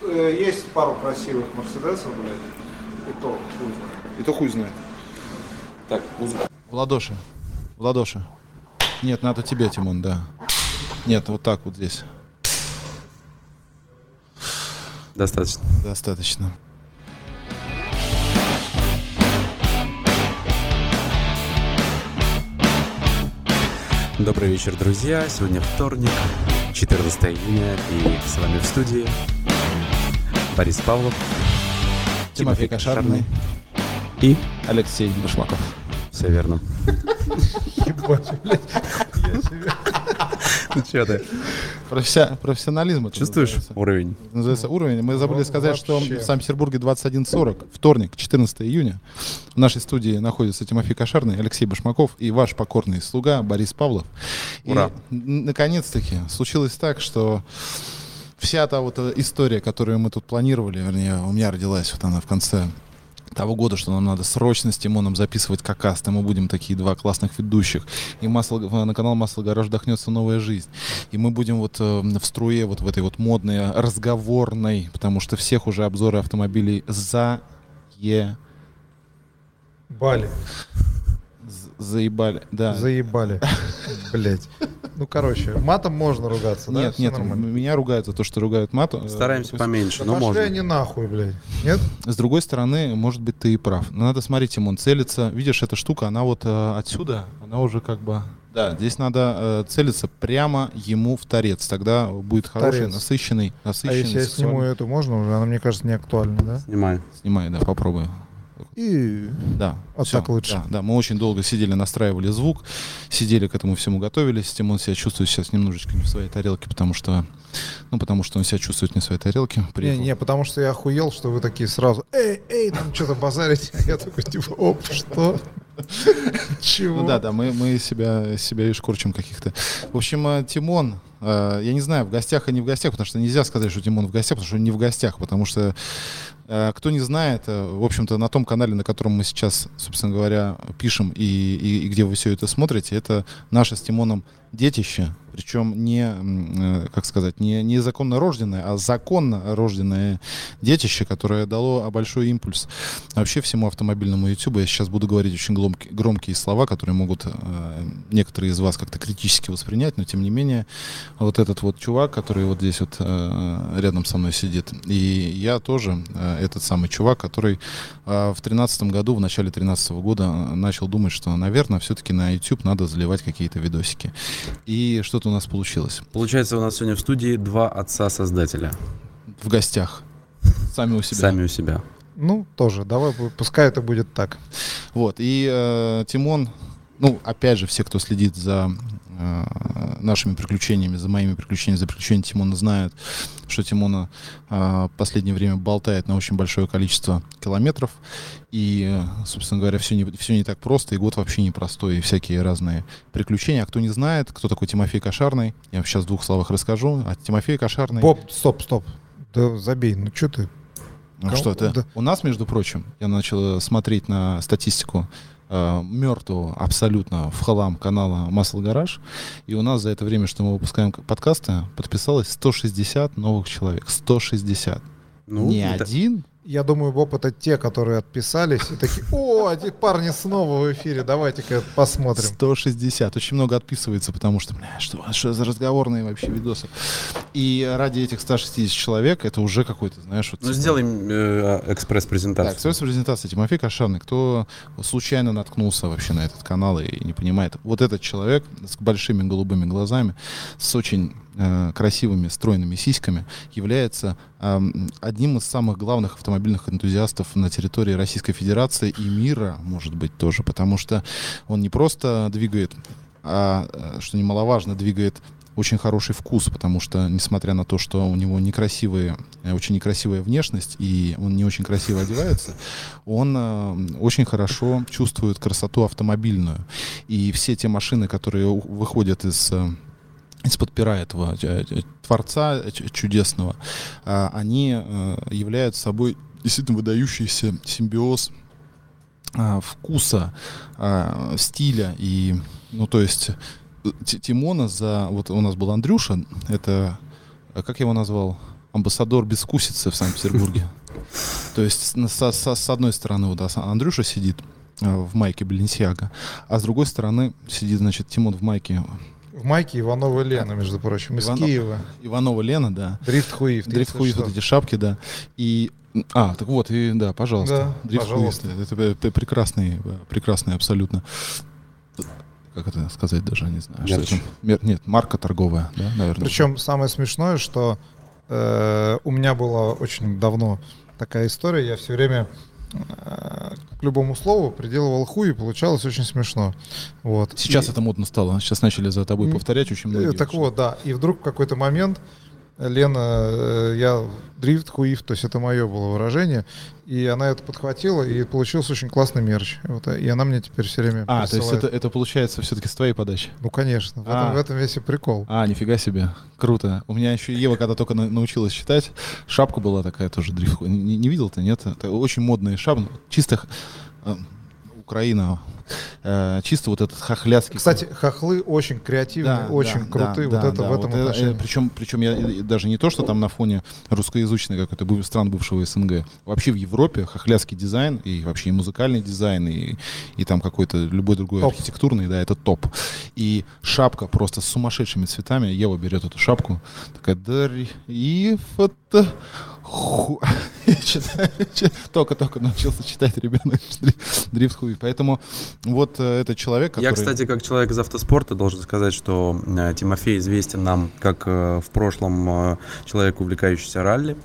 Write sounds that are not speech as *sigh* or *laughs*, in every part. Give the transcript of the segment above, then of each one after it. э, есть пару красивых Мерседесов, блядь. И то, хуй знает. И то хуй знает. Так, музыка. В ладоши. В ладоши. Нет, надо тебе, Тимон, да. Нет, вот так вот здесь. Достаточно. Достаточно. Добрый вечер, друзья. Сегодня вторник, 14 июня, и с вами в студии Борис Павлов. Тимофей Кошарный. И Алексей Башмаков. все верно. Ну чё ты, Професси- профессионализм это чувствуешь называется. уровень? называется уровень. Мы забыли Вот сказать, что вообще. в Санкт-Петербурге 21.40, вторник, 14 июня. В нашей студии находятся Тимофей Кошарный, Алексей Башмаков и ваш покорный слуга Борис Павлов. Ура. И н- наконец-таки случилось так, что вся та вот э, история, которую мы тут планировали, вернее, у меня родилась вот она в конце того года, что нам надо срочно с Тимоном записывать какаст, и мы будем такие два классных ведущих, и масло, на канал Масло Гараж вдохнется новая жизнь, и мы будем вот э, в струе вот в этой вот модной, разговорной, потому что всех уже обзоры автомобилей за е Бали. з- заебали, да. *laughs* Заебали. Блять. Ну, короче, матом можно ругаться, да? нет, Всё нет, нормально. меня ругают за то, что ругают мату. Э, Стараемся поменьше, Да но пошли Ну, можно. они нахуй, блядь. Нет? С другой стороны, может быть, ты и прав. Но надо смотреть, ему он целится. Видишь, эта штука, она вот э, отсюда, она уже как бы... Да, здесь надо э, целиться прямо ему в торец. Тогда будет хороший, торец. насыщенный, А насыщенный. если я сексуальный- сниму эту, можно уже? Она, мне кажется, не актуальна, да? Снимаю. Снимай, да, попробуй. И... Да. Вот всё, так лучше. Да, да, мы очень долго сидели, настраивали звук, сидели к этому всему готовились. Тимон себя чувствует сейчас немножечко не в своей тарелке, потому что, ну, потому что он себя чувствует не в своей тарелке. Не, Приехал. не, потому что я охуел, что вы такие сразу, эй, эй, там что-то базарите. *laughs* Я такой, типа, оп, *laughs* что? Чего? Ну да, да, мы, мы себя, себя и шкурчим каких-то. В общем, э, Тимон, э, я не знаю, в гостях и не в гостях, потому что нельзя сказать, что Тимон в гостях, потому что он не в гостях, потому что, э, кто не знает, э, в общем-то, на том канале, на котором мы сейчас, собственно говоря, пишем и, и- и где вы все это смотрите, это наше с Тимоном детище, причем не, м, э, как сказать, не незаконно рожденное, а законно рожденное детище, которое дало большой импульс вообще всему автомобильному YouTube. Я сейчас буду говорить очень гломки- громкие слова, которые могут э, некоторые из вас как-то критически воспринять, но тем не менее, вот этот вот чувак, который вот здесь вот э, рядом со мной сидит, и я тоже э, этот самый чувак, который э, в тринадцатом году, в начале тринадцатого года э, начал думать, что, наверное, все-таки на YouTube надо заливать какие-то видосики. И что-то у нас получилось. Получается, у нас сегодня в студии два отца-создателя. В гостях. Сами у себя. Сами у себя. Ну, тоже, давай, пу- пускай это будет так. Вот, и э, Тимон, ну, опять же, все, кто следит за э, нашими приключениями, за моими приключениями, за приключениями Тимона, знают, что Тимона э, в последнее время болтает на очень большое количество километров. И, э, собственно говоря, все не, все не так просто, и год вообще непростой, и всякие разные приключения. А кто не знает, кто такой Тимофей Кошарный, я вам сейчас в двух словах расскажу. А Тимофей Кошарный... Боб, стоп, стоп. Да забей, ну что ты? Ну, Кого- что это? да. У нас, между прочим, я начал э, смотреть на статистику мертвого абсолютно в халам канала Масл Гараж. И у нас за это время, что мы выпускаем к- подкасты, подписалось 160 новых человек. 160. Ну, Не это- один. Я думаю, Боб, это те, которые отписались и такие, о, эти парни снова в эфире, давайте-ка посмотрим. 160. Очень много отписывается, потому что, бля, что, что за разговорные вообще видосы. И ради этих 160 человек это уже какой-то, знаешь, вот... Ну, типа, сделаем э, Так, экспресс-презентацию. свою презентации Тимофей Кошарный, кто случайно наткнулся вообще на этот канал и не понимает, вот этот человек с большими голубыми глазами, с очень э, красивыми стройными сиськами, является эм, одним из самых главных автомобильных энтузиастов на территории Российской Федерации и мира, может быть, тоже, потому что он не просто двигает, а, э, что немаловажно, двигает очень хороший вкус, потому что, несмотря на то, что у него некрасивые, э, очень некрасивая внешность, и он не очень красиво одевается, он э, очень хорошо чувствует красоту автомобильную. И все те машины, которые у- выходят из э, из-под пера этого э, э, творца э, ч- чудесного, а, они э, являются собой действительно выдающийся симбиоз а, вкуса, а, стиля и, ну, то есть Ти- Тимона за... Вот у нас был Андрюша, это... а э, Как я его назвал? амбассадор безвкусицы *laughs* в Санкт-Петербурге. То есть на- со- со- с одной стороны вот Ас- Андрюша сидит э, в майке Баленсиага, а с другой стороны сидит, значит, Тимон в майке В майке Иванова Лена, между прочим, из Иванов. Киева. Иванова Лена, да. Дрифт Хуив. Дрифт хуив вот эти шапки, да. И а, так вот, и да, пожалуйста. Да, Дрифт пожалуйста. хуив, это, это прекрасный, э, прекрасный абсолютно. Как это сказать даже, не знаю. что Мерч. это. Мер- нет, марка торговая, да, наверное. Причем самое смешное, что э, у меня была очень давно такая история. Я все время э, к любому слову приделывал хуй, и получалось очень смешно. Вот. Сейчас И- это модно стало. Сейчас начали за тобой М, повторять очень э, многие. Так вот, да. И вдруг в какой-то момент Лена, э, я дрифт, хуив, то есть это мое было выражение, и она это подхватила, и получился очень классный мерч. Вот, э, и она мне теперь все время А, то есть присылает. это, это получается все-таки с твоей подачи. Ну, конечно, в, А. этом, в этом весь и прикол. А, нифига себе. Круто. У меня еще Ева, когда только на- научилась читать, шапка была такая тоже дрифт. Не, не видел ты, нет? Это очень модные шапки. Чисто х- э, Украина. Э, чисто вот этот хохляцкий. Кстати, хохлы очень креативные, типа Да, очень да, крутые, да, вот это да, в этом вот это, э, отношении. причем, причем я э, даже не то, что там на фоне русскоязычной какой-то бу- стран бывшего СНГ. Вообще в Европе хохляцкий дизайн и вообще и музыкальный дизайн и, и там какой-то любой другой Топ. архитектурный, да, это топ. И шапка просто с сумасшедшими цветами. Ева берет эту шапку, такая дарь и фото. Ху- *laughs* Я читаю, читаю. Только-только научился читать ребенок *laughs* дрифт хуй. Поэтому вот э, этот человек, который... Я, кстати, как человек из автоспорта должен сказать, что э, Тимофей известен нам как э, в прошлом э, человек, увлекающийся ралли.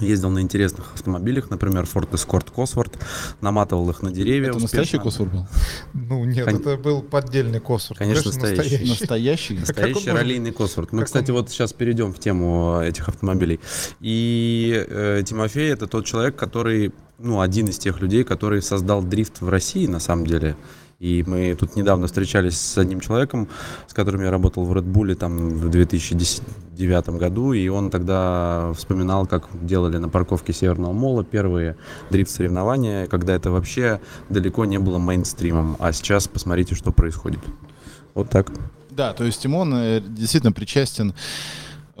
Ездил на интересных автомобилях, например, Ford Escort Cosworth, наматывал их на деревья. Это настоящий успешно. косвор был? Ну нет, Кон- это был поддельный косур. Конечно, настоящий. Настоящий? Как он Настоящий может- раллийный Косворт. Мы, как кстати, он- вот сейчас перейдем в тему э, этих автомобилей. И э, Тимофей это тот человек, который, ну, один из тех людей, который создал дрифт в России, на самом деле. И мы тут недавно встречались с одним человеком, с которым я работал в Red Bull там в 2009 году, и он тогда вспоминал, как делали на парковке Северного Мола первые дрифт-соревнования, когда это вообще далеко не было мейнстримом. А сейчас посмотрите, что происходит. Вот так. Да, то есть Тимон э, действительно причастен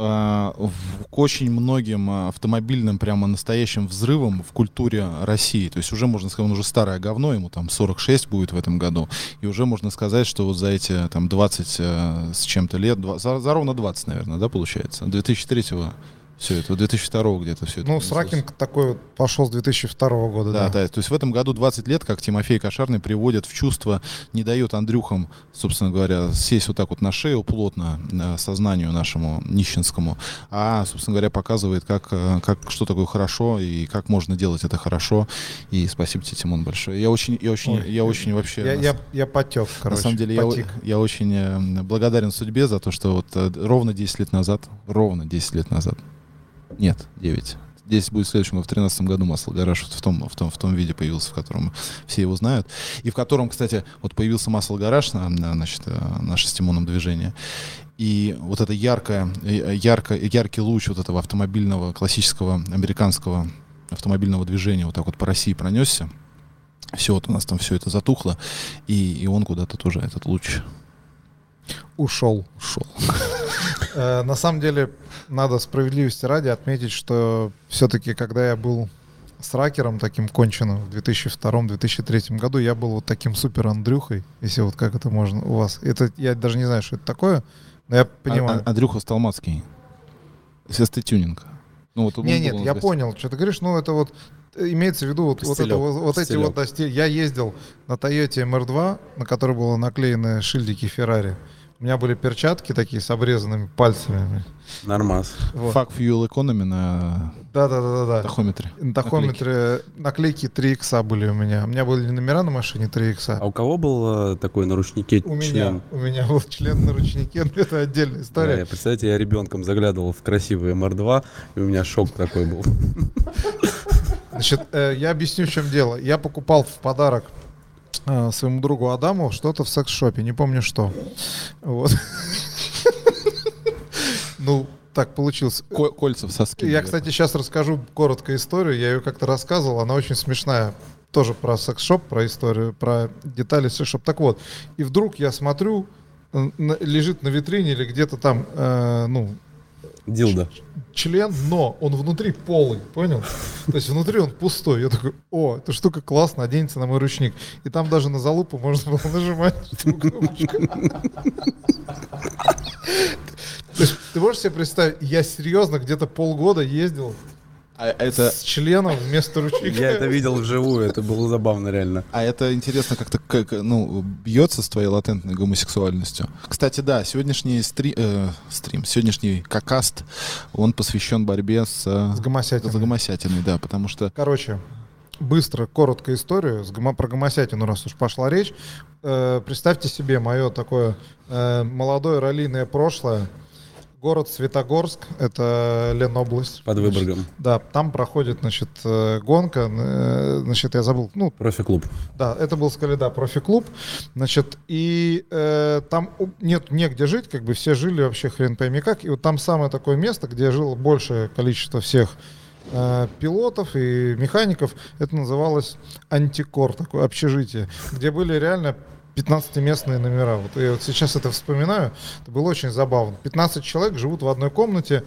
э, в- к очень многим э, автомобильным, прямо настоящим взрывам в культуре России. То есть уже можно сказать, он уже старое говно, ему там 46 будет в этом году. И уже можно сказать, что вот за эти там 20 э, с чем-то лет, два- за, за ровно 20, наверное, да, получается? 2003-го все это, 2002 где-то все это. Ну, началось. Сракинг такой вот пошел с 2002 года, Да, да. да, то есть в этом году 20 лет, как Тимофей Кошарный приводит в чувство, не дает Андрюхам, собственно говоря, сесть вот так вот на шею плотно э, сознанию нашему нищенскому, а, собственно говоря, показывает, как, э, как, что такое хорошо и как можно делать это хорошо. И спасибо тебе, Тимон, большое. Я очень, я очень, Ой. я очень вообще... Я, на я, я потек, короче. на самом деле я, о- потик. я очень э, благодарен судьбе за то, что вот э, ровно 10 лет назад, ровно 10 лет назад, нет, 9. 10 будет в следующем, а в 2013 году масло гараж вот в том, в, том, в том виде появился, в котором все его знают. И в котором, кстати, вот появился масло гараж, на- на, значит, э, наше с Тимоном движение. И вот это яркое, э, ярко, яркий луч вот этого автомобильного, классического американского автомобильного движения вот так вот по России пронесся. Все, вот у нас там все это затухло. И, и он куда-то тоже, этот луч, Ушел. ушел. *laughs* Э, на самом деле, надо справедливости ради отметить, что все-таки, когда я был с ракером таким конченым в 2002-2003 году, я был вот таким супер Андрюхой, если вот как это можно у вас. Это я даже не знаю, что это такое, но я понимаю. А- а- Андрюха Сталмацкий. Сестетюнинг. Ну, вот он Не, был нет, у нас я в гостях. понял, что ты говоришь, ну это вот э, имеется в виду вот, вот, это, Стилек, вот, вот эти стилек. вот да, стиль. Я ездил на Toyota MR2, на которой было наклеены шильдики Ferrari. У меня были перчатки такие с обрезанными пальцами. Нормас. Вот. Fuck Fuel Economy на Да, да, да, да, да. тахометре. На тахометре наклейки 3 икса были у меня. У меня были номера на машине 3 икса. А у кого был э, такой на ручнике У меня, член? у меня был член на ручнике, *laughs* но это отдельная Да, история. я, представляете, я ребенком заглядывал в красивый МР-2, и у меня шок такой был. *laughs* Значит, э, я объясню, в чем дело. Я покупал в подарок э, своему другу Адаму что-то в секс-шопе, не помню что. Вот. *laughs* Ну, так получилось. Ко- кольца в Я, соске. наверное. кстати, сейчас расскажу коротко историю. Я ее как-то рассказывал, она очень смешная. Тоже про секс-шоп, про историю, про детали секс-шоп. Так вот, и вдруг я смотрю, э, на- лежит на витрине или где-то там, э, ну, Дилда. член, но он внутри полый, понял? То есть внутри он пустой. Я такой, о, эта штука классно, оденется на мой ручник. И там даже на залупу можно было нажимать. *laughs* штуку. То есть ты можешь себе представить, я серьезно где-то полгода ездил А это, с членом вместо ручника. Я это видел вживую, это было забавно реально. а это интересно как-то как, ну, бьется с твоей латентной гомосексуальностью. Кстати, да, сегодняшний стри- э, стрим, сегодняшний какаст, он посвящен борьбе с, э, С гомосятиной. с гомосятиной, да, потому что Короче, быстро, коротко историю с гомо- про гомосятину, раз уж пошла речь. Э, представьте себе мое такое э, молодое раллийное прошлое. Город Светогорск, это Ленобласть. Под Выборгом. Да, там проходит, значит, э, гонка, э, значит, я забыл, ну, Профи-клуб. да, это был Скалида профи-клуб. Значит, и э, там у- нет негде жить, как бы все жили вообще хрен пойми как. И вот там самое такое место, где жило большее количество всех э, пилотов и механиков, это называлось антикор, такое общежитие, где были реально 15-местные номера. Вот я вот сейчас это вспоминаю, это было очень забавно. 15 человек живут в одной комнате,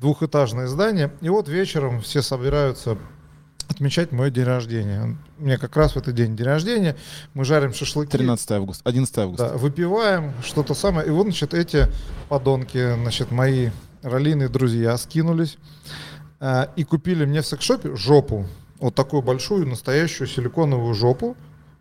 двухэтажное здание, и вот вечером все собираются отмечать мой день рождения. У меня как раз в этот день день рождения. Мы жарим шашлыки. 13 августа, 11 августа. Да, выпиваем, что-то самое. И вот, значит, эти подонки, значит, мои раллийные друзья скинулись а, и купили мне в секшопе жопу. Вот такую большую, настоящую силиконовую жопу,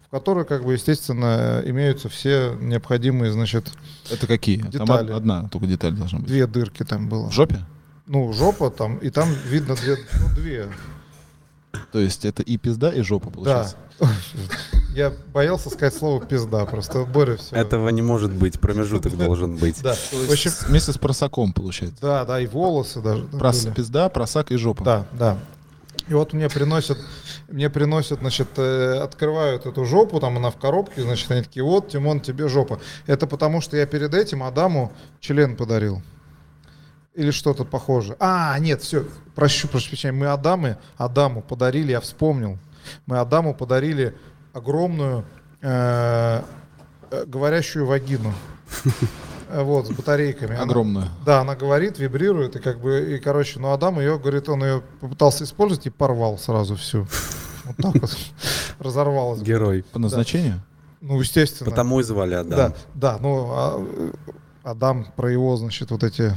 в которой, как бы, естественно, имеются все необходимые, значит, Это какие? Там Детали. од- одна только деталь должна быть. две дырки там было. В жопе? Ну, жопа там, и там видно две, ну, две. То есть это и пизда, и жопа Да. получается. Я боялся сказать слово пизда, просто Боря все. Этого не может быть, промежуток должен быть. Да. В общем, С- Вместе с просаком получается. да, да, и волосы даже. там Прос, были. пизда, просак и жопа. Да, да. И вот мне приносят, мне приносят, значит, э, открывают эту жопу, там она в коробке, значит, они такие, вот, Тимон, тебе жопа. Это потому, что я перед этим Адаму член подарил. Или что-то похожее. А, нет, все, прощу, прошу прощения, мы Адамы, Адаму подарили, я вспомнил. Мы Адаму подарили огромную э, э, говорящую вагину. Э, Вот, с батарейками. Она- Огромную. да, она говорит, вибрирует, и как бы, и, короче, ну, Адам ее, говорит, он ее попытался использовать и порвал сразу всю. Вот так вот. *laughs* Разорвалась. Герой. По назначению? Ну, естественно. Потому и звали Адам. Да, да, ну, а, э, Адам про его, значит, вот эти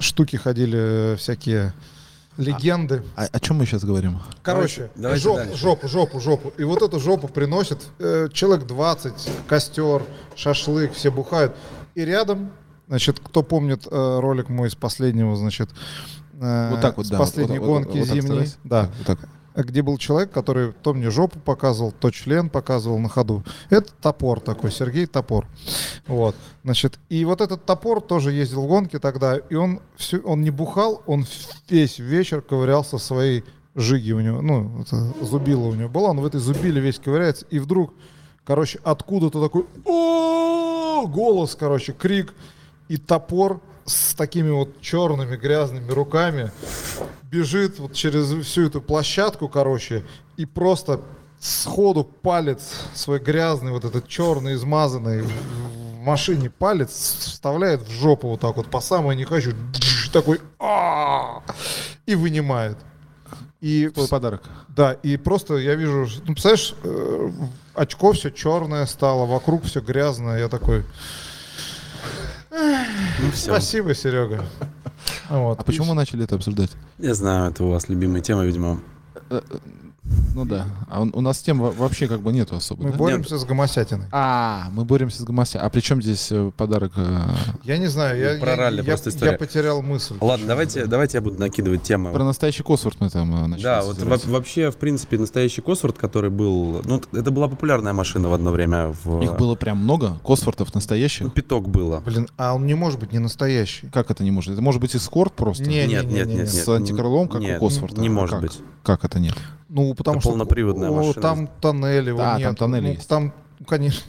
штуки ходили э, всякие легенды. А, о чем мы сейчас говорим? Короче, Давайте жопу, дальше. жопу, жопу, жопу. И вот эту жопу приносит э, человек 20, костер, шашлык, все бухают. И рядом, значит, кто помнит э, ролик мой из последнего, значит, э, вот так вот, с да. вот- последней вот- вот- гонки вот так зимней, старайся. да, Вот так. А где был человек, который то мне жопу показывал, то член показывал на ходу. Это топор такой, Сергей Топор. Вот, значит, и вот этот топор тоже ездил в гонки тогда, и он всю, он не бухал, он весь вечер ковырялся в своей жиги у него, ну, это зубила у него была, он в этой зубиле весь ковыряется, и вдруг, короче, откуда-то такой «О-о-о!» голос, короче, крик, и топор с такими вот черными грязными руками бежит вот через всю эту площадку, короче, и просто сходу палец свой грязный, вот этот черный, измазанный в машине палец вставляет в жопу вот так вот, по самой не хочу, такой «А-а-а!» и вынимает. И Твой подарок. да, и просто я вижу, что- ну, представляешь, э, очко все черное стало, вокруг все грязное, я такой, Ну все. спасибо, Серега. Вот. А почему мы начали это обсуждать? Я знаю, это у вас любимая тема, видимо. Ну да. А у- у нас тем во- вообще как бы нету особо, мы да? боремся с гомосятиной? А, мы боремся с гомосятиной. А при чем здесь э, подарок? э, Я не знаю, я, Про я- ралли я- просто я история. потерял мысль. Ладно, давайте, давайте я буду накидывать темы. Про настоящий косворт мы там э, начали. Да, вот во- разбираться. вообще, в принципе, настоящий Косворт, который был... Ну, это была популярная машина в одно время. В... Их было прям много, косвортов Ну, настоящих. Пяток было. Блин, а он не может быть не настоящий. Как это не может? Это может быть эскорт просто? Не, Нет, нет, нет, нет. С антикрылом, как у Нет, Косфорда. Не А может как? быть. Как это нет? Ну, потому Это что... полноприводная о, машина. Там тоннели, его Да, там нету. тоннели Ну, есть. Там, ну, конечно.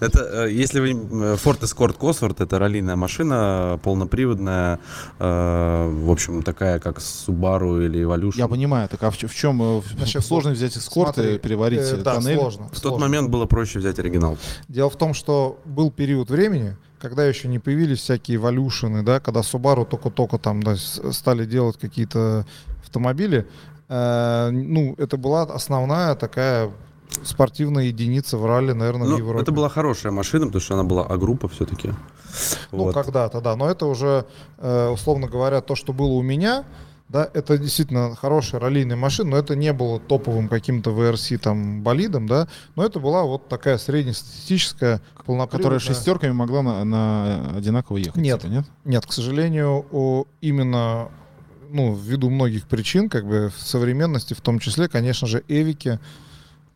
Это, э, если вы... э, Ford Escort Cosworth — это раллийная машина, полноприводная, э, в общем, такая, как Subaru или Evolution. Я понимаю, так а в, чем Значит, сложно взять эскорт Смотри, и переварить э, э, да, тоннель? сложно. В тот момент было проще взять оригинал. Дело в том, что был период времени, когда еще не появились всякие эволюшены, да, когда Subaru только-только там да, с- стали делать какие-то автомобили, э, ну, это была основная такая спортивная единица в ралли, наверное, в Ну, Европе. это была хорошая машина, потому что она была а А-группа все-таки. Ну, когда-то, да. Но это уже, э, условно говоря, то, что было у меня, да, это действительно хорошая раллийная машина, но это не было топовым каким-то VRC там болидом, да, но это была вот такая среднестатистическая полноприводная. Которая шестерками могла на, на одинаково ехать. Нет. типа, нет? Нет, к сожалению, у- именно ну, ввиду многих причин, как бы в современности, в том числе, конечно же, эвики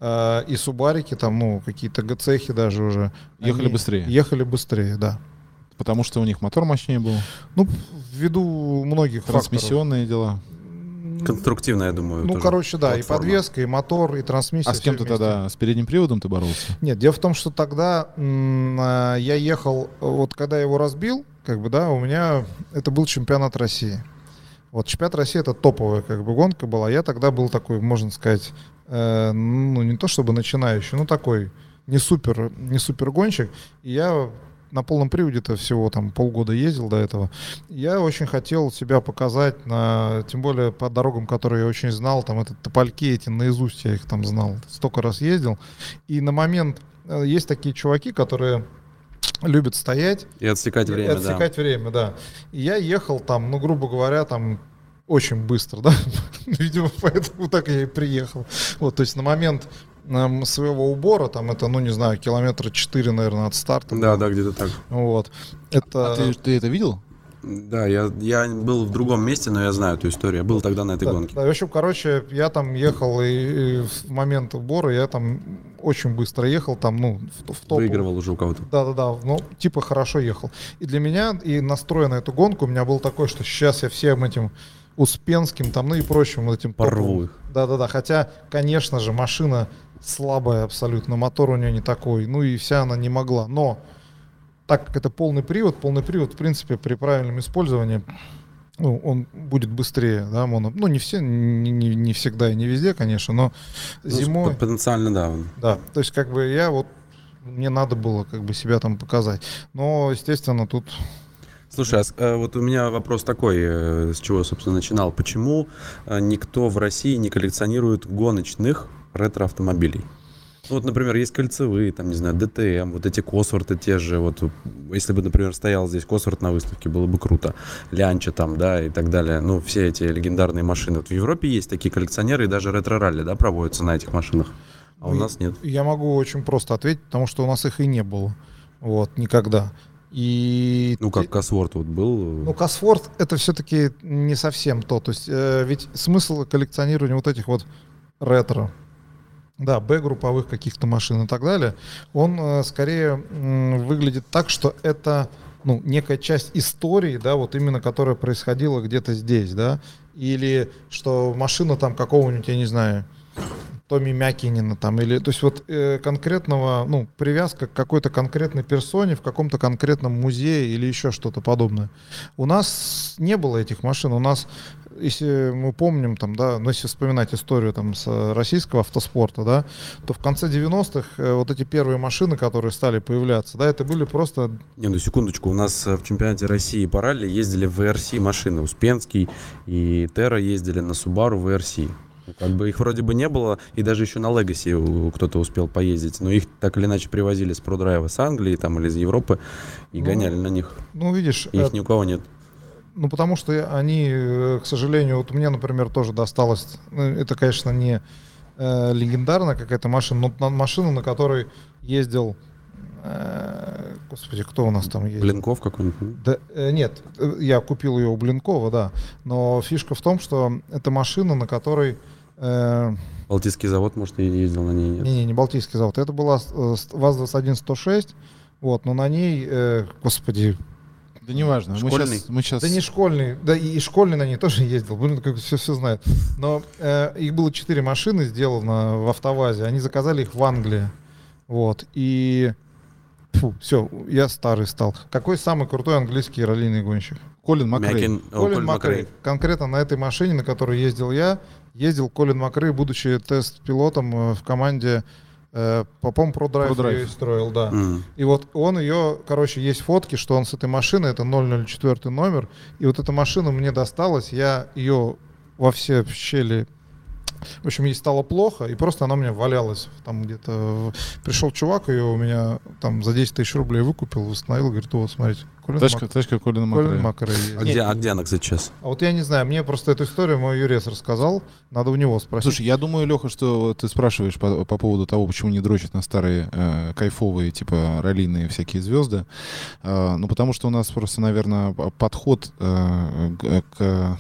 э, и субарики, там, ну, какие-то гцехи даже уже. Ехали они быстрее. Ехали быстрее, да. Потому что у них мотор мощнее был, Ну, п- ввиду многих факторов. трансмиссионные дела. Конструктивная, я думаю. Ну, тоже короче, да, и платформа. подвеска, и мотор, и трансмиссия. А с кем всё ты вместе. тогда? С передним приводом ты боролся? Нет, дело в том, что тогда м, а, я ехал, э, вот когда я его разбил, как бы, да, у меня это был чемпионат России. Вот чемпионат России это топовая как бы гонка была. Я тогда был такой, можно сказать, э, ну не то чтобы начинающий, но такой не супер, не супер гонщик. И я на полном приводе-то всего там полгода ездил до этого. Я очень хотел себя показать на, тем более по дорогам, которые я очень знал, там это Топольки эти наизусть я их там знал, столько раз ездил. И на момент э, есть такие чуваки, которые любят стоять И отсекать время, и отсекать время, да. И я ехал там, ну, грубо говоря, там очень быстро, *laughs* да. Видимо, поэтому так я и приехал. Вот, то есть на момент эм, своего убора, там это, ну, не знаю, километра 4, наверное, от старта. да. Да, да, где-то так. Вот. Это... А ты, ты это видел? Да, я, я был в другом месте, но я знаю эту историю. Я был тогда на этой Да, гонке. да, в общем, короче, я там ехал и, и в момент убора я там очень быстро ехал, там, ну, в, в топ. Выигрывал уже у кого-то. Да-да-да, ну, типа хорошо ехал. И для меня, и настроя на эту гонку, у меня был такой, что сейчас я всем этим Успенским, там, ну и прочим вот этим Порву топовым. их. Да-да-да, хотя, конечно же, машина слабая абсолютно, мотор у нее не такой, ну и вся она не могла. Но так как это полный привод, полный привод, в принципе, при правильном использовании ну, он будет быстрее, да, моно. Ну, не все, не, не- не всегда и не везде, конечно, но Ну, зимой... п- Потенциально, да. он. Да, то есть как бы я вот мне надо было как бы себя там показать. Но, естественно, тут Слушай, а с- э, вот у меня вопрос такой, э, с чего я, собственно, начинал. Почему э, никто в России не коллекционирует гоночных ретро-автомобилей? Ну, вот, например, есть кольцевые, там, не знаю, ДТМ, вот эти Косворты те же, вот, если бы, например, стоял здесь Косворт на выставке, было бы круто. Лянча там, да, и так далее, ну, все эти легендарные машины. Вот в Европе есть такие коллекционеры, и даже ретро-ралли, да, проводятся на этих машинах, а у Ну, нас нет. я могу очень просто ответить, потому что у нас их и не было. Вот, никогда. И Ну, как те- Косворт вот был, Ну, Косфорд это все-таки не совсем то. То есть, э, ведь смысл коллекционирования вот этих вот ретро, да, Б-групповых каких-то машин и так далее, он э, скорее м, выглядит так, что это ну, некая часть истории, да, вот именно которая происходила где-то здесь, да, или что машина там какого-нибудь, я не знаю, Томми Мякинина там, или, то есть вот э, конкретного, ну, привязка к какой-то конкретной персоне в каком-то конкретном музее или еще что-то подобное. У нас не было этих машин, у нас, если мы помним, там, да, ну, если вспоминать историю там с э, российского автоспорта, да, то в конце 90-х э, вот эти первые машины, которые стали появляться, да, это были просто, Не, ну секундочку, у нас э, в чемпионате России по ралли ездили в VRC машины. Успенский и Тера ездили на Subaru VRC. Ну, Как бы их вроде бы не было, и даже еще на Legacy у- кто-то успел поездить, но их так или иначе привозили с продрайва с Англии там или из Европы и Ну, гоняли на них. ну, видишь, И э, их ни у кого нет. Ну, потому что они, э, к сожалению, вот мне, например, тоже досталось, ну, это, конечно, не э, легендарная какая-то машина, но на- машина, на которой ездил, э, господи, кто у нас там ездил? Блинков какой-нибудь. ну. Да, э, нет, э, я купил ее у Блинкова, да, но фишка в том, что это машина, на которой... э, Балтийский завод, может, и ездил на ней. Нет. не-не, не Балтийский завод. Это была э, с- ВАЗ-21-106, вот, но на ней, э, господи, Да неважно. Мы Школьный? сейчас, мы сейчас... Да не школьный, да и, и школьный на ней тоже ездил, блин, как все, все знает. Но э, их было четыре машины сделано в Автовазе, они заказали их в Англии, вот, и... Фу, все, я старый стал. Какой самый крутой английский раллийный гонщик? Колин Макрей. Мякен- Колин о, Э, Колин Макрей. Макрей. Конкретно на этой машине, на которой ездил я, ездил Колин Макрей, будучи тест-пилотом э, в команде э, Э, по моему ProDrive, ProDrive. ее и строил, да. М. И вот он ее, короче, есть фотки, что он с этой машины, это 004 номер, и вот эта машина мне досталась, я ее во все щели в общем, ей стало плохо, и просто она у меня валялась там где-то. Пришел чувак, ее у меня там за 10 тысяч рублей выкупил, восстановил, говорит, вот, смотрите, Колин Тачка, тачка Колина Мак- Колин Макрея. Макарей А есть». где, а где она, кстати, сейчас? А вот я не знаю, мне просто эту историю мой юрец рассказал, надо у него спросить. Слушай, я думаю, Леха, что ты спрашиваешь по, по поводу того, почему не дрочат на старые э, кайфовые, типа, раллийные всякие звезды. Э, ну, потому что у нас просто, наверное, подход э, к- к...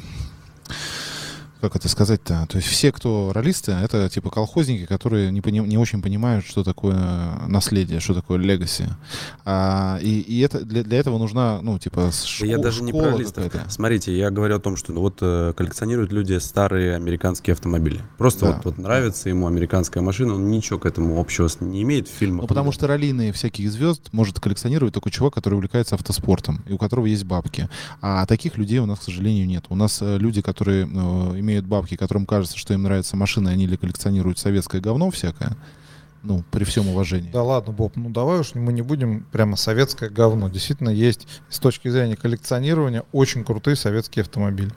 Как это сказать-то? То есть все, кто ролисты, это типа колхозники, которые не, пони- не очень понимают, что такое наследие, что такое легаси. А, и и это, для, для этого нужна, ну, типа, с- Да я шко- даже не школа про листов. какая-то. Смотрите, я говорю о том, что ну, вот э, коллекционируют люди старые американские автомобили. Просто Да. вот, вот нравится ему американская машина, он ничего к этому общего с- не имеет в фильмах. Ну, потому что раллийные всякие звезд может коллекционировать только чувак, который увлекается автоспортом и у которого есть бабки. А таких людей у нас, к сожалению, нет. У нас э, люди, которые э, имеют бабки, которым кажется, что им нравятся машины, они или коллекционируют советское говно всякое, ну, при всем уважении. Да ладно, Боб, ну давай уж мы не будем прямо советское говно. Действительно, есть с точки зрения коллекционирования очень крутые советские автомобили.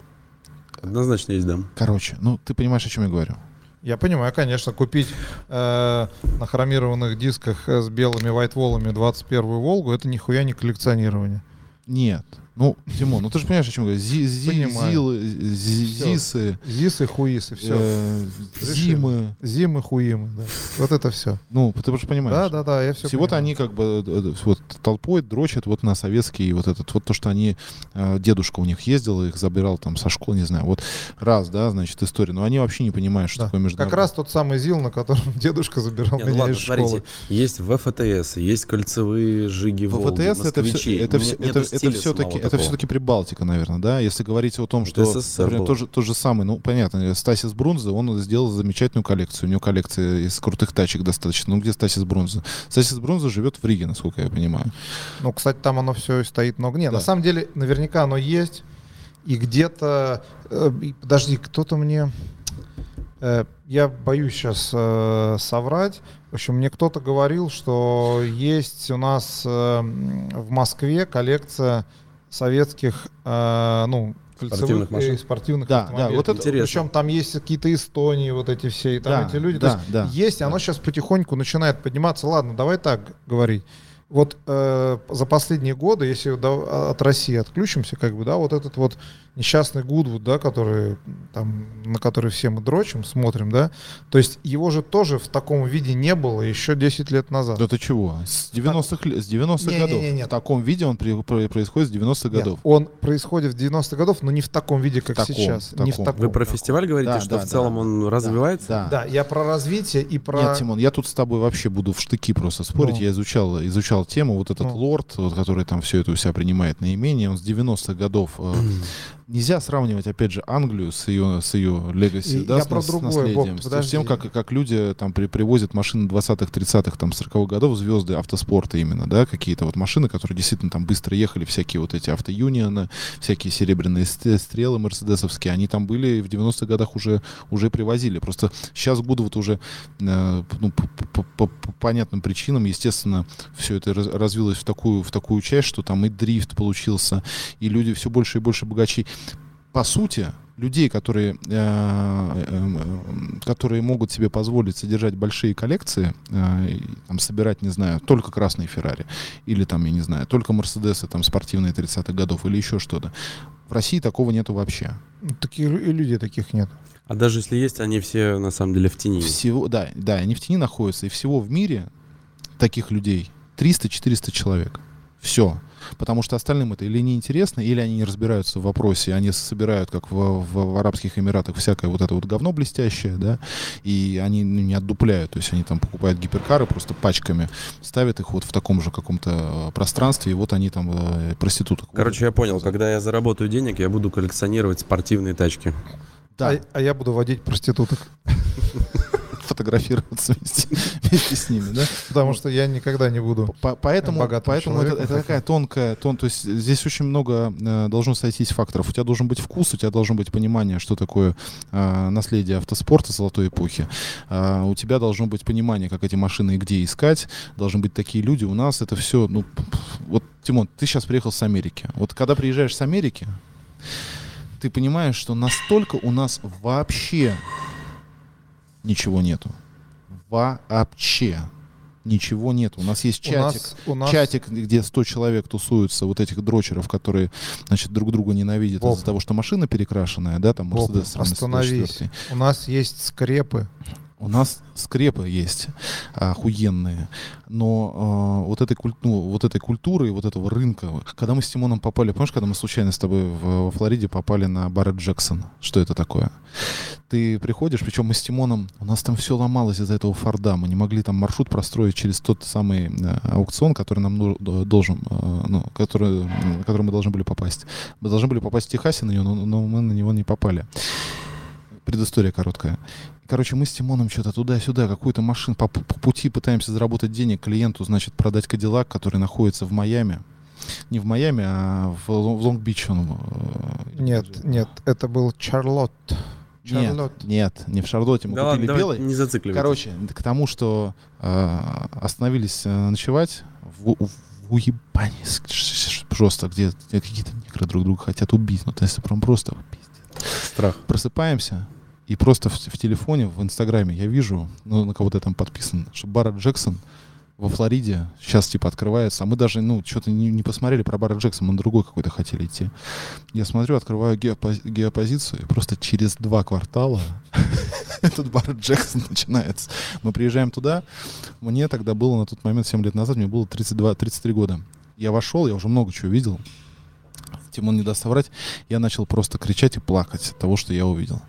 Однозначно есть, да. Короче, ну, ты понимаешь, о чем я говорю. Я понимаю, конечно, купить э, на хромированных дисках э, с белыми вайтволами 21-ю Волгу это нихуя не коллекционирование. Нет. Ну, Тимон, ну ты же понимаешь, о чем я говорю. Зи- зи- Понимаю. зилы, зи- Всё. зисы, Зисы, хуисы, все. э, Решили. зимы. Зимы, хуимы, да. Вот это все. Ну, ты же понимаешь. Да, да, да, я все Всего-то они как бы э, э, вот толпой дрочат вот на советский вот этот вот то, что они э, дедушка у них ездил, их забирал там со школы, не знаю. Вот раз, да, значит история. Но они вообще не понимают, что Да. такое между. Как раз тот самый ЗИЛ, на котором *laughs* дедушка забирал Не, ну меня ладно, из школы. смотрите, есть ВФТС, есть кольцевые жиги Волги, ВВТС это москвичи. все, это, Нет- все, Ну, нет это, это стиля все-таки, самого это такого. все-таки Прибалтика, наверное, да. Если говорить о том, что, Это СССР например, было. то же, то же самое, ну понятно, Стасис Брунзе, он сделал замечательную коллекцию, у него коллекция из крутых тачек достаточно. Ну где Стасис Брунзе? Стасис Брунзе живет в Риге, насколько я понимаю. Ну, кстати, там оно все стоит много. Нет, Да. на самом деле, наверняка оно есть. И где-то... э, и подожди, кто-то мне... э, я боюсь сейчас соврать. В общем, мне кто-то говорил, что есть у нас э, м, в Москве коллекция советских, э, ну, кольцевых Спортивных машин. и спортивных Да, да, автомобилей. вот это- Интересно. Причем там есть какие-то Эстонии, вот эти все, и там Да, эти люди. То да, есть да. есть, и оно сейчас потихоньку начинает подниматься. Ладно, давай так говорить. Вот э, за последние годы, если да- от России отключимся, как бы, да, вот этот вот несчастный Гудвуд, да, который там, на который все мы дрочим, смотрим, да, то есть его же тоже в таком виде не было еще 10 лет назад. Да ты чего? С 90-х, ле- с 90-х Не, не, годов. не, не. В таком виде он при- про- происходит с 90-х Нет, годов. Он происходит в 90-х годов, но не в таком виде, как таком, сейчас. в Не в таком. таком. Вы про фестиваль говорите, Да, что в да, целом да. он развивается? Да. Да, я про развитие и про... Нет, Тимон, я тут с тобой вообще буду в штыки просто спорить. Ну. Я изучал, изучал тему, вот этот Ну. лорд, вот, который там все это у себя принимает наименее, он с 90-х годов. э, нельзя сравнивать, опять же, Англию с ее, с ее легаси, И да, я с, про нас- с другое, наследием. Боб, с- с подожди. тем, как, как люди там при- привозят машины 20-х, 30-х, там, 40-х годов, звезды автоспорта именно, да, какие-то вот машины, которые действительно там быстро ехали, всякие вот эти автоюнионы, всякие серебряные ст- стрелы мерседесовские, они там были и в 90-х годах уже, уже привозили. Просто сейчас Гудвуд уже э, ну, по, по- по- по понятным причинам, естественно, все это раз- развилось в такую, в такую часть, что там и дрифт получился, и люди все больше и больше богачи. По сути, людей, которые, э, э, э, которые могут себе позволить содержать большие коллекции, э, и там, собирать, не знаю, только красные Феррари, или там, я не знаю, только Мерседесы там, спортивные 30-х годов, или еще что-то. В России такого нету вообще. Ну, Такие лю- и людей таких нет. А даже если есть, они все на самом деле в тени. Всего, да, да, они в тени находятся. И всего в мире таких людей 300-400 человек. Все. Потому что остальным это или неинтересно, или они не разбираются в вопросе, они собирают, как в, в- в Арабских Эмиратах, всякое вот это вот говно блестящее, да, и они ну, не отдупляют, то есть они там покупают гиперкары просто пачками, ставят их вот в таком же каком-то э, пространстве, и вот они там э, проституток. Короче, я понял, когда я заработаю денег, я буду коллекционировать спортивные тачки. да. А, а я буду водить проституток. фотографироваться вместе, *laughs* вместе с ними, да? Потому что я никогда не буду. По- Поэтому, Богатым поэтому это, человеком это такая тонкая, тон, то есть здесь очень много э, должно сойтись факторов. У тебя должен быть вкус, у тебя должно быть понимание, что такое э, наследие автоспорта золотой эпохи. А, у тебя должно быть понимание, как эти машины и где искать. Должны быть такие люди. У нас это все, ну, п- п- вот, Тимон, ты сейчас приехал с Америки. Вот когда приезжаешь с Америки, ты понимаешь, что настолько у нас вообще ничего нету. Вообще ничего нету. У нас есть У чатик нас, у нас чатик, где 100 человек тусуются, вот этих дрочеров, которые, значит, друг друга ненавидят Боб. из-за того, что машина перекрашенная, да, там Боб, Мерседес там, остановись. 104. У нас есть скрепы. У нас скрепы есть охуенные, но э, вот, этой куль- ну, вот этой культуры, и вот этого рынка, когда мы с Тимоном попали, помнишь, когда мы случайно с тобой в- во Флориде попали на Барретт Джексона, что это такое? Ты приходишь, причем мы с Тимоном, у нас там все ломалось из-за этого Форда, мы не могли там маршрут простроить через тот самый э, аукцион, который нам ну- д- должен, э, ну, который, на который мы должны были попасть. Мы должны были попасть в Техасе на него, но- но мы на него не попали. Предыстория короткая. Короче, мы с Тимоном что-то туда-сюда, какую-то машину по, пу- по пути пытаемся заработать денег клиенту, значит, продать Кадиллак, который находится в Майами. Не в Майами, а в, Лон- в Лонг-Бич он. э, Нет, нет, это был Чарлот. Нет, Чарлотт. нет, не в Шарлотте. Мы Да ладно, купили давай, белый. не зацикливайся. Короче, к тому, что э, остановились э, ночевать в, у- в уебане. с- ш- ш- Просто где где какие-то негры друг друга хотят убить. Ну, то есть прям просто пиздец. Страх. Просыпаемся, и просто в, в телефоне, в Инстаграме я вижу, ну, на кого-то я там подписан, что Барретт Джексон во Флориде сейчас, типа, открывается. А мы даже, ну, что-то не, не посмотрели про Барретт Джексона, мы на другой какой-то хотели идти. Я смотрю, открываю геопози- геопозицию, и просто через два квартала *laughs* этот Барретт Джексон начинается. Мы приезжаем туда. Мне тогда было на тот момент, 7 лет назад, мне было 32-33 года. Я вошел, я уже много чего видел. Тимон не даст соврать. Я начал просто кричать и плакать от того, что я увидел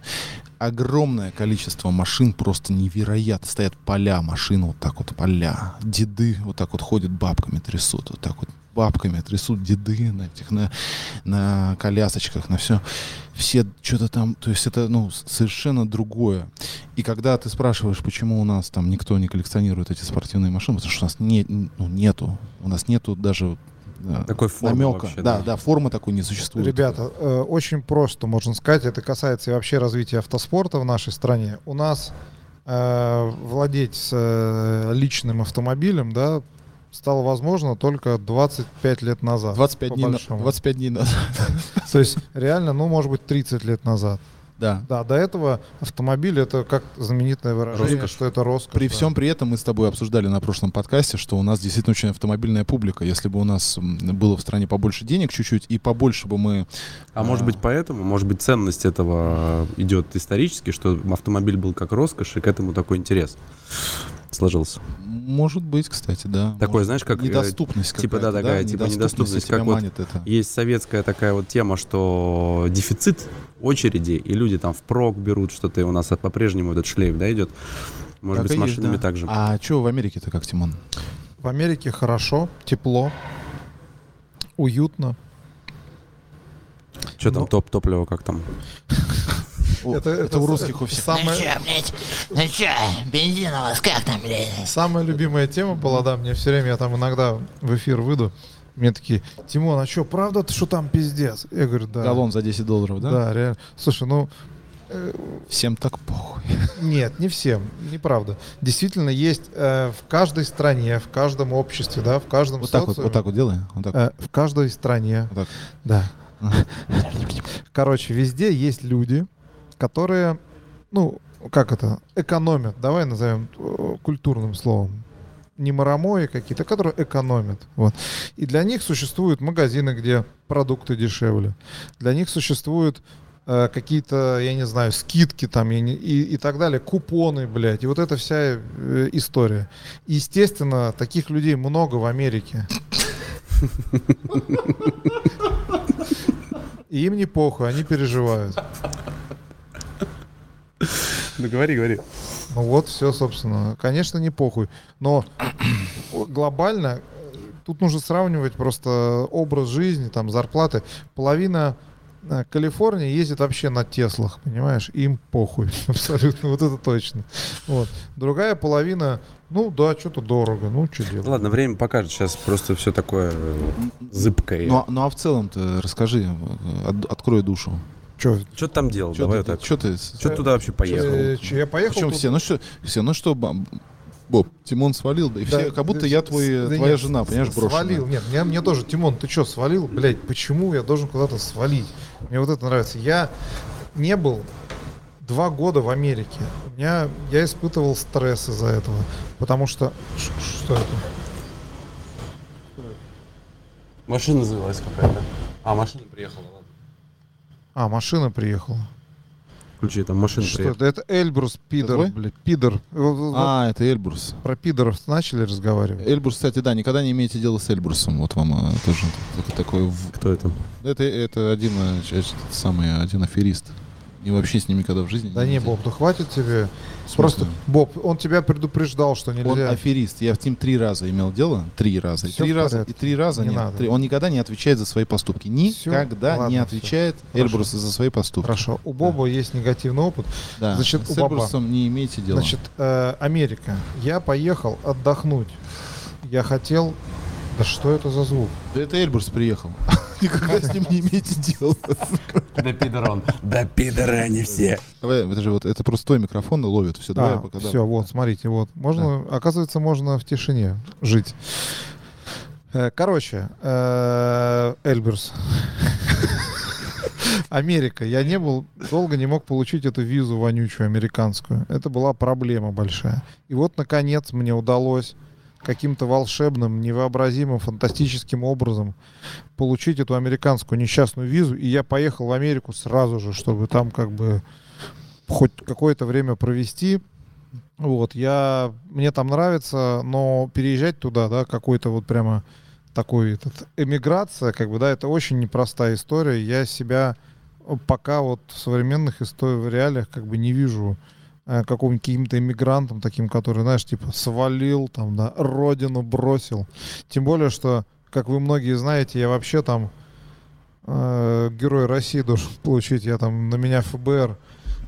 огромное количество машин, просто невероятно. Стоят поля машин, вот так вот поля. Деды вот так вот ходят бабками, трясут, вот так вот бабками трясут деды на этих, на, на колясочках, на все. Все что-то там, то есть это, ну, с- совершенно другое. И когда ты спрашиваешь, почему у нас там никто не коллекционирует эти спортивные машины, потому что у нас не, ну, нету, у нас нету даже э, Такой формы намека. вообще, да, да. да, формы такой не существует. Ребята, э, очень просто можно сказать, это касается и вообще развития автоспорта в нашей стране. У нас э, владеть э, личным автомобилем, да, стало возможно только 25 лет назад. 25 по дней, на- *laughs* большому. 25 дней назад. То есть реально, ну, может быть, 30 лет назад. Да. Да, до этого автомобиль это как знаменитое выражение, Роскошь. что это роскошь. При да. всем при этом мы с тобой обсуждали на прошлом подкасте, что у нас действительно очень автомобильная публика. Если бы у нас м, было в стране побольше денег чуть-чуть, и побольше бы мы... А может быть поэтому, может быть ценность этого идет исторически, что автомобиль был как роскошь, и к этому такой интерес сложился. Может быть, кстати, да. Такое, Может, знаешь, как э, Недоступность типа, какая-то, да, такая, типа, недоступность, и тебя как вот- манит это. есть советская такая вот тема, что дефицит очереди, и люди там впрок берут что-то, и у нас по-прежнему этот шлейф, да, идет. Может Так быть, и с есть, машинами да. так же. А что в Америке-то как, Тимон? В Америке хорошо, тепло, уютно. Что там, ну- топ, топливо, как там? О, это, у русских у всех. Ну Самое, чё, блядь, ну чё, бензин у вас как там, блядь? Самая любимая тема была, да, мне все время, я там иногда в эфир выйду, мне такие, Тимон, а что, правда ты, что там пиздец? Я говорю, да. Галлон за 10 долларов, да? да? реально. Слушай, ну, э, Всем так похуй. нет, не всем, неправда. Действительно, есть э, в каждой стране, в каждом обществе, да, в каждом Вот так вот, социуме, вот так вот делай. Вот так. э, в каждой стране, вот так. да. Короче, везде есть люди, которые, ну, как это, экономят, давай назовем э, культурным словом, не марамои какие-то, а которые экономят. Вот. И для них существуют магазины, где продукты дешевле. Для них существуют э, какие-то, я не знаю, скидки там я не- и, и так далее, купоны, блядь. И вот эта вся э, история. Естественно, таких людей много в Америке. И им не похуй, они переживают. Ну, говори, говори. Ну вот, все, собственно. Конечно, не похуй. Но глобально э, тут нужно сравнивать просто образ жизни, там, зарплаты. Половина а, Калифорния ездит вообще на Теслах, понимаешь? Им похуй *laughs* абсолютно, вот это точно. Вот. Другая половина, ну да, что-то дорого, ну что делать. Ладно, время покажет. Сейчас просто все такое э, зыбкое. Ну, а- ну а в целом-то расскажи, э, от- открой душу. Чё, Что ты там делал? Что Ну, Давай ты, вот так. чё ты- Что ты туда вообще поехал? э, чё, я поехал Причем тут- все, ну что, все, ну что, бам, Боб, Тимон свалил, да и Да, все, как будто да, я с- твой, да твоя нет, жена, с- понимаешь, брошенная. Свалил. Нет, мне, мне тоже, Тимон, ты что, свалил? Блять, почему я должен куда-то свалить? Мне вот это нравится. Я не был два года в Америке. У меня, я испытывал стресс из-за этого. Потому что... Ш- Что это? Машина завелась какая-то. А, машина приехала, ладно. А, машина приехала. Включи, там машина Что приехала. это? Это Эльбрус, пидор, твой? блядь, пидор. Вот- вот А, это Эльбрус. Про пидоров начали разговаривать. Эльбрус, кстати, да, никогда не имейте дела с Эльбрусом. Вот вам э, тоже такой, такой в- Кто это? это, это один, э, ч- э, самый, один аферист. И вообще с ним никогда в жизни Да не, имейте- Боб, ну хватит тебе. В смысле? Просто, Боб, он тебя предупреждал, что Он нельзя. аферист. Я с ним три раза имел дело. Три раза. И Всё три в раза. И порядке. три раза Не нет. надо. Три- Он никогда не отвечает за свои поступки. Всё, Никогда ладно, не всё. отвечает Хорошо. Эльбрус за свои поступки. Хорошо. У Боба есть негативный опыт. Да. Значит, у с баба. Эльбрусом не имейте дела. Значит, э, Америка. Я поехал отдохнуть. Я хотел... Да что это за звук? Да это Эльбрус приехал. *laughs* Никогда с ним не имейте дела. Да пидорон. Да пидоры они все. Давай, это же вот, это просто твой микрофон ловит. Все, давай я а, пока. да. все, вот, смотрите, вот. Можно, оказывается, можно в тишине жить. Э, Короче, э, Эльберс. *laughs* Америка. Я не был, долго не мог получить эту визу вонючую американскую. Это была проблема большая. И вот, наконец, мне удалось каким-то волшебным, невообразимым, фантастическим образом получить эту американскую несчастную визу. И я поехал в Америку сразу же, чтобы там как бы хоть какое-то время провести. Вот, я, мне там нравится, но переезжать туда, да, какой-то вот прямо такой этот, эмиграция, как бы, да, это очень непростая история. Я себя э, пока вот в современных историях, реалиях как бы не вижу э, каким- каким-то иммигрантом таким, который, знаешь, типа свалил там, да, родину бросил. Тем более, что, как вы многие знаете, я вообще там э, герой России должен *laughs* получить, я там, на меня ФБР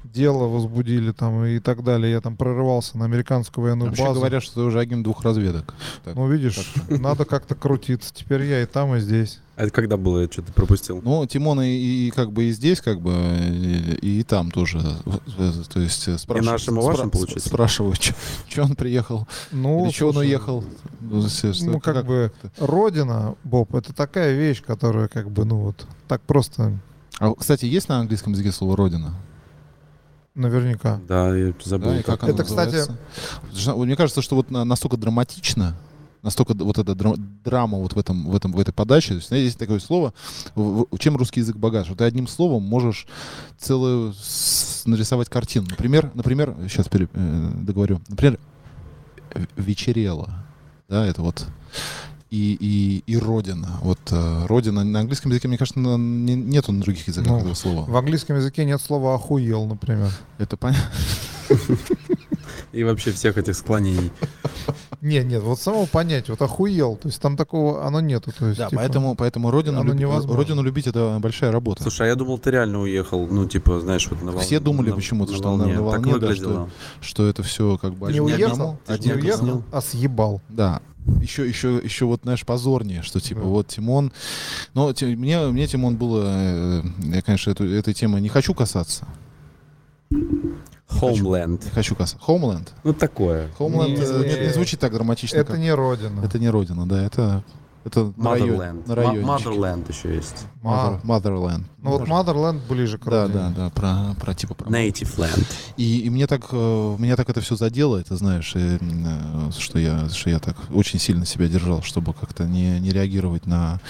дело возбудили там и так далее. Я там прорывался на американскую военную Вообще базу. говорят, что ты уже агент двух разведок. Так. Ну, видишь, надо как-то крутиться. Теперь я и там, и здесь. А это когда было? Я что-то пропустил. Ну, Тимона и, и как бы и здесь, как бы, и, и там тоже. э, То есть э, спрашивают. нашим, и вашим, получается? Спрашивают, что он приехал, Ну, или чё он слушай, уехал. Ну, все, что- Ну, как, бы, родина, Боб, это такая вещь, которая, как бы, ну, вот, так просто А, кстати, есть на английском языке слово «родина»? наверняка. Да, я забыл. Да, и как оно. оно Это, кстати, называется? Потому что, Мне кажется, что вот на- настолько драматично, настолько д- вот эта драма, драма вот в этом в этом в этой подаче. То есть, знаете, есть такое слово. в- в- Чем русский язык богат? Что ты одним словом можешь целую с- нарисовать картину. Например, например, сейчас пере- э, договорю. Например, э, вечерело. Да, это вот и, и, и родина. Вот э, родина на английском языке, мне кажется, на- не- нету на других языках Ну, этого слова. В английском языке нет слова «охуел», например. Это понятно. И вообще всех этих склонений. Нет, нет, вот самого понять, вот «охуел», то есть там такого, оно нету. То есть, Да, типа, поэтому, поэтому родину, оно люби- невозможно. родину любить это большая работа. Слушай, а я думал, ты реально уехал. Ну, типа, знаешь, вот на волне. Все думали на- почему-то, на что волне. на волне, Так да, выглядело. Что это все как бы Не одному- уехал, ты ж не мне одному- уехал, а съебал. Да. Еще, еще, еще вот, знаешь, позорнее, что типа Да. вот Тимон. Но те- мне, мне Тимон было, э, я, конечно, эту, этой темы не хочу касаться. Homeland. Не хочу касаться. Homeland. Ну, такое. Homeland Не, э, не, не. не звучит так драматично. Это как- не родина. это не родина, да, это это на районе. Motherland. На Ма- райончике. Motherland еще есть. Ма- Mother- Motherland. Ну вот Ну, Можно. Motherland ближе к Да, родине. да, да, про, про типа про Native Land. И, и мне так, э, меня так это все задело, это знаешь, э, м, э, что я, что я так очень сильно себя держал, чтобы как-то не, не реагировать на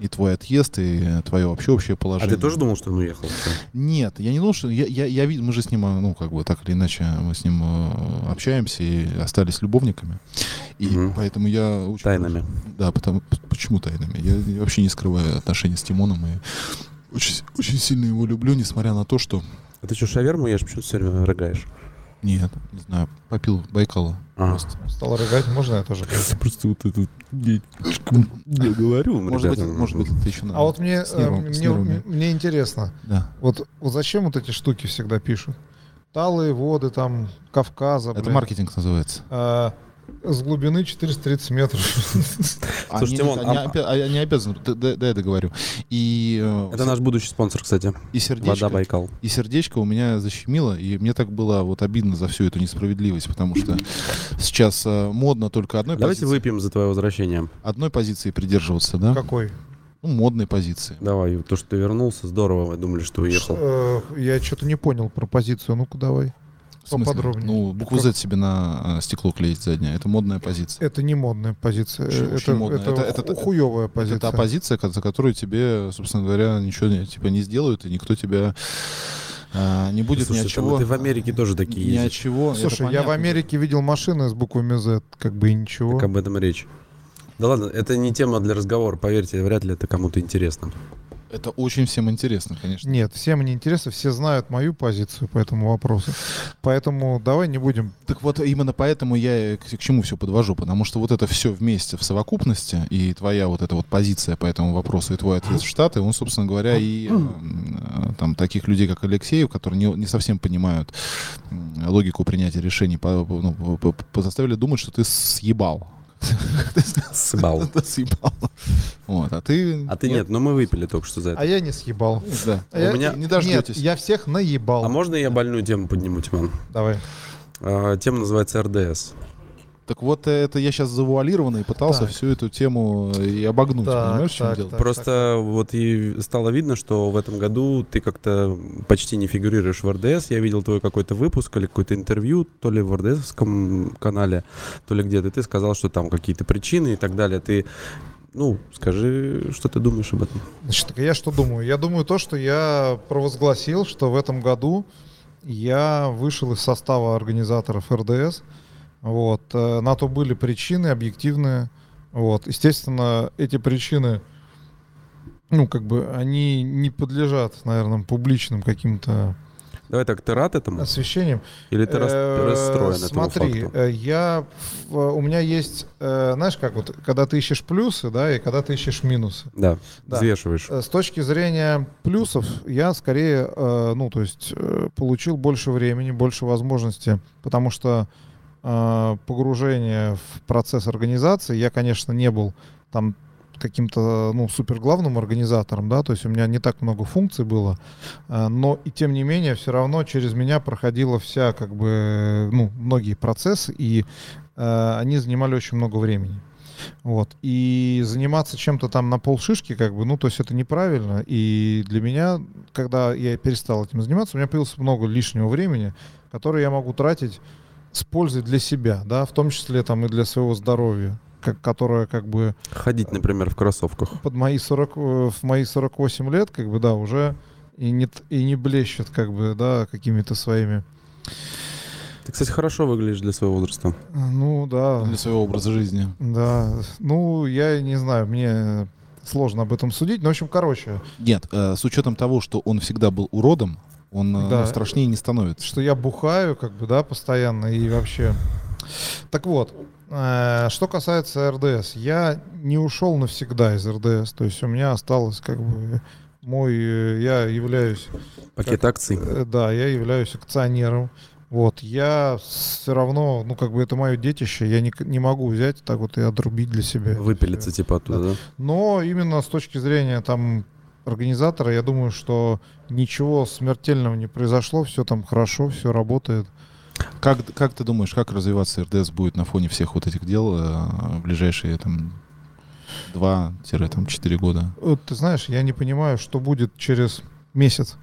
и твой отъезд, и твое вообще общее А положение. ты тоже думал, что он уехал? Всё. Нет, я не думал, что я, я, я видел, мы же с ним, э, ну как бы так или иначе, мы с ним э, общаемся и остались любовниками, и Мгм. поэтому я очень- Тайнами. да, потому почему тайнами? Я, я вообще не скрываю отношения с Тимоном и очень, очень сильно его люблю, несмотря на то, что А ты что, шаверму ешь? Почему все время рыгаешь? Нет, не знаю, попил Байкала. Ага. Просто. Стал рыгать, можно я тоже? Просто вот это... Я говорю, Может быть, может быть, это еще надо. А вот мне, С э, нервом- с мне, нервами. мне интересно, Да. вот, вот зачем вот эти штуки всегда пишут? Талые воды там, Кавказа. Это блин. маркетинг называется. А, с глубины 430 метров. *laughs* Слушай, они, Тимон, они, а- опя- они обязаны, да, да- да, я договорю. И, э, Это наш будущий спонсор, кстати. и сердечко, Вода Байкал. и сердечко у меня защемило, и мне так было вот обидно за всю эту несправедливость, потому что сейчас э, модно только одной Ну, Давайте позиции, выпьем за твое возвращение. одной позиции придерживаться, да? Какой? Ну, модной позиции. Давай, то, что ты вернулся, здорово. Мы думали, что уехал. Э, Я что-то не понял про позицию. Ну-ка давай. В смысле? Поподробнее. Ну, букву Z себе на э, стекло клеить заднее. Это модная позиция. Это не модная позиция. Очень- Это, очень модная. это Это- это- ху- хуёвая позиция. Это та позиция, ко- за которую тебе, собственно говоря, ничего не- типа не сделают, и никто тебя э, не будет Слушай, ни там от чего. вот и в Америке тоже такие Ни от ездят. чего. это Слушай, я в понятно. Америке видел машины с буквами Z, как бы и ничего. а Как об этом речь. Да ладно, это не тема для разговора, поверьте, вряд ли это кому-то интересно. Это очень всем интересно, конечно. Нет, всем не интересно, все знают мою позицию по этому вопросу. Поэтому давай не будем. Так вот, именно поэтому я и к, к чему все подвожу, потому что вот это все вместе в совокупности, и твоя вот эта вот позиция по этому вопросу, и твой ответ в Штаты, он, собственно говоря, и э, там таких людей, как Алексеев, которые не, не совсем понимают м, логику принятия решений, по- по- ну, по- по- по- заставили думать, что ты съебал. *laughs* Сыбал. Ты съебал. Вот, а ты... А ты нет, но мы выпили только что за А это. я не съебал. *laughs* Да. А я- меня- Не Нет, дождетесь. я всех наебал. А можно я больную тему подниму, Тимон? Давай. А, Тема называется РДС. Так вот, э, это я сейчас завуалированно и пытался Так. всю эту тему э, и обогнуть. Так, Понимаешь, в чем так, дело? так. Просто вот и стало видно, что в этом году ты как-то почти не фигурируешь в РДС. Я видел твой какой-то выпуск или какое-то интервью, то ли в РДСовском канале, то ли где-то. И Ты сказал, что там какие-то причины и так далее. Ты, ну, скажи, что ты думаешь об этом. Значит, так я что думаю? Я думаю то, что я провозгласил, что в этом году я вышел из состава организаторов РДС. Вот. э, На то были причины объективные. Вот. Естественно, эти причины, ну, как бы, они не подлежат, наверное, публичным каким-то Давай так, ты рад этому? освещением. Или ты рас- Э, расстроен Смотри, этому факту? э, я, в- у меня есть, э, знаешь, как вот, когда ты ищешь плюсы, да, и когда ты ищешь минусы. Да, да. взвешиваешь. Э, С точки зрения плюсов, я скорее, э, ну, то есть, э, получил больше времени, больше возможностей, потому что э, погружение в процесс организации, я, конечно, не был там каким-то, ну, супер главным организатором, да, то есть у меня не так много функций было, э, но и тем не менее все равно через меня проходила вся, как бы, э, ну, многие процессы, и э, они занимали очень много времени. Вот. И заниматься чем-то там на полшишки, как бы, ну, то есть это неправильно. И для меня, когда я перестал этим заниматься, у меня появилось много лишнего времени, которое я могу тратить с пользой для себя, да, в том числе там и для своего здоровья, как, которое как бы Ходить, например, в кроссовках. под мои 40, э, в мои 48 лет, как бы, да, уже и не, т- и не блещет, как бы, да, какими-то своими, Ты, кстати, хорошо выглядишь для своего возраста. э, ну, да. Для своего образа жизни. Да, ну, я не знаю, мне сложно об этом судить, но, в общем, короче, Нет, э, с учетом того, что он всегда был уродом, он э, Да. ну, страшнее не становится. что я бухаю, как бы, да, постоянно и вообще. Так вот, э, что касается РДС, я не ушел навсегда из РДС, то есть у меня осталось, как бы, мой, э, я являюсь Пакет акций. Э, Да, я являюсь акционером. Вот, я все равно, ну, как бы это мое детище, я не, к- не могу взять так вот и отрубить для себя. Выпилиться э, типа оттуда, да? Но именно с точки зрения там организатора, я думаю, что ничего смертельного не произошло, все там хорошо, все работает. Как, как ты думаешь, как развиваться РДС будет на фоне всех вот этих дел э, в ближайшие там 2-4 года? Вот, ты знаешь, я не понимаю, что будет через месяц.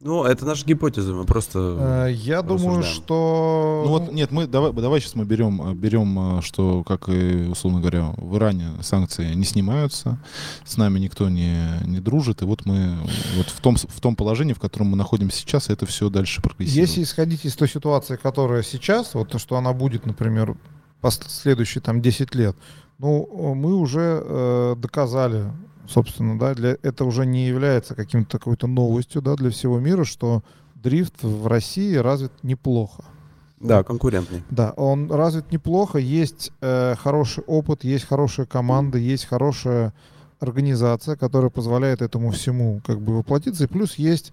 Ну, это наша гипотеза, мы Э, просто... Я думаю, рассуждаем. что... Ну вот, нет, мы давай, давай сейчас мы берем, э, берем, э, что, как и, условно говоря, в Иране санкции не снимаются, с нами никто не, не дружит, и вот мы вот в том, с- в том положении, в котором мы находимся сейчас, это все дальше прогрессирует. Если исходить из той ситуации, которая сейчас, вот то, что она будет, например, пос- следующие там 10 лет, ну, э, мы уже э, доказали, собственно, да, для, это уже не является каким-то какой-то новостью, да, для всего мира, что дрифт в России развит неплохо. Да, конкурентный. Да, он развит неплохо, есть э, хороший опыт, есть хорошая команда, есть хорошая организация, которая позволяет этому всему как бы воплотиться, и плюс есть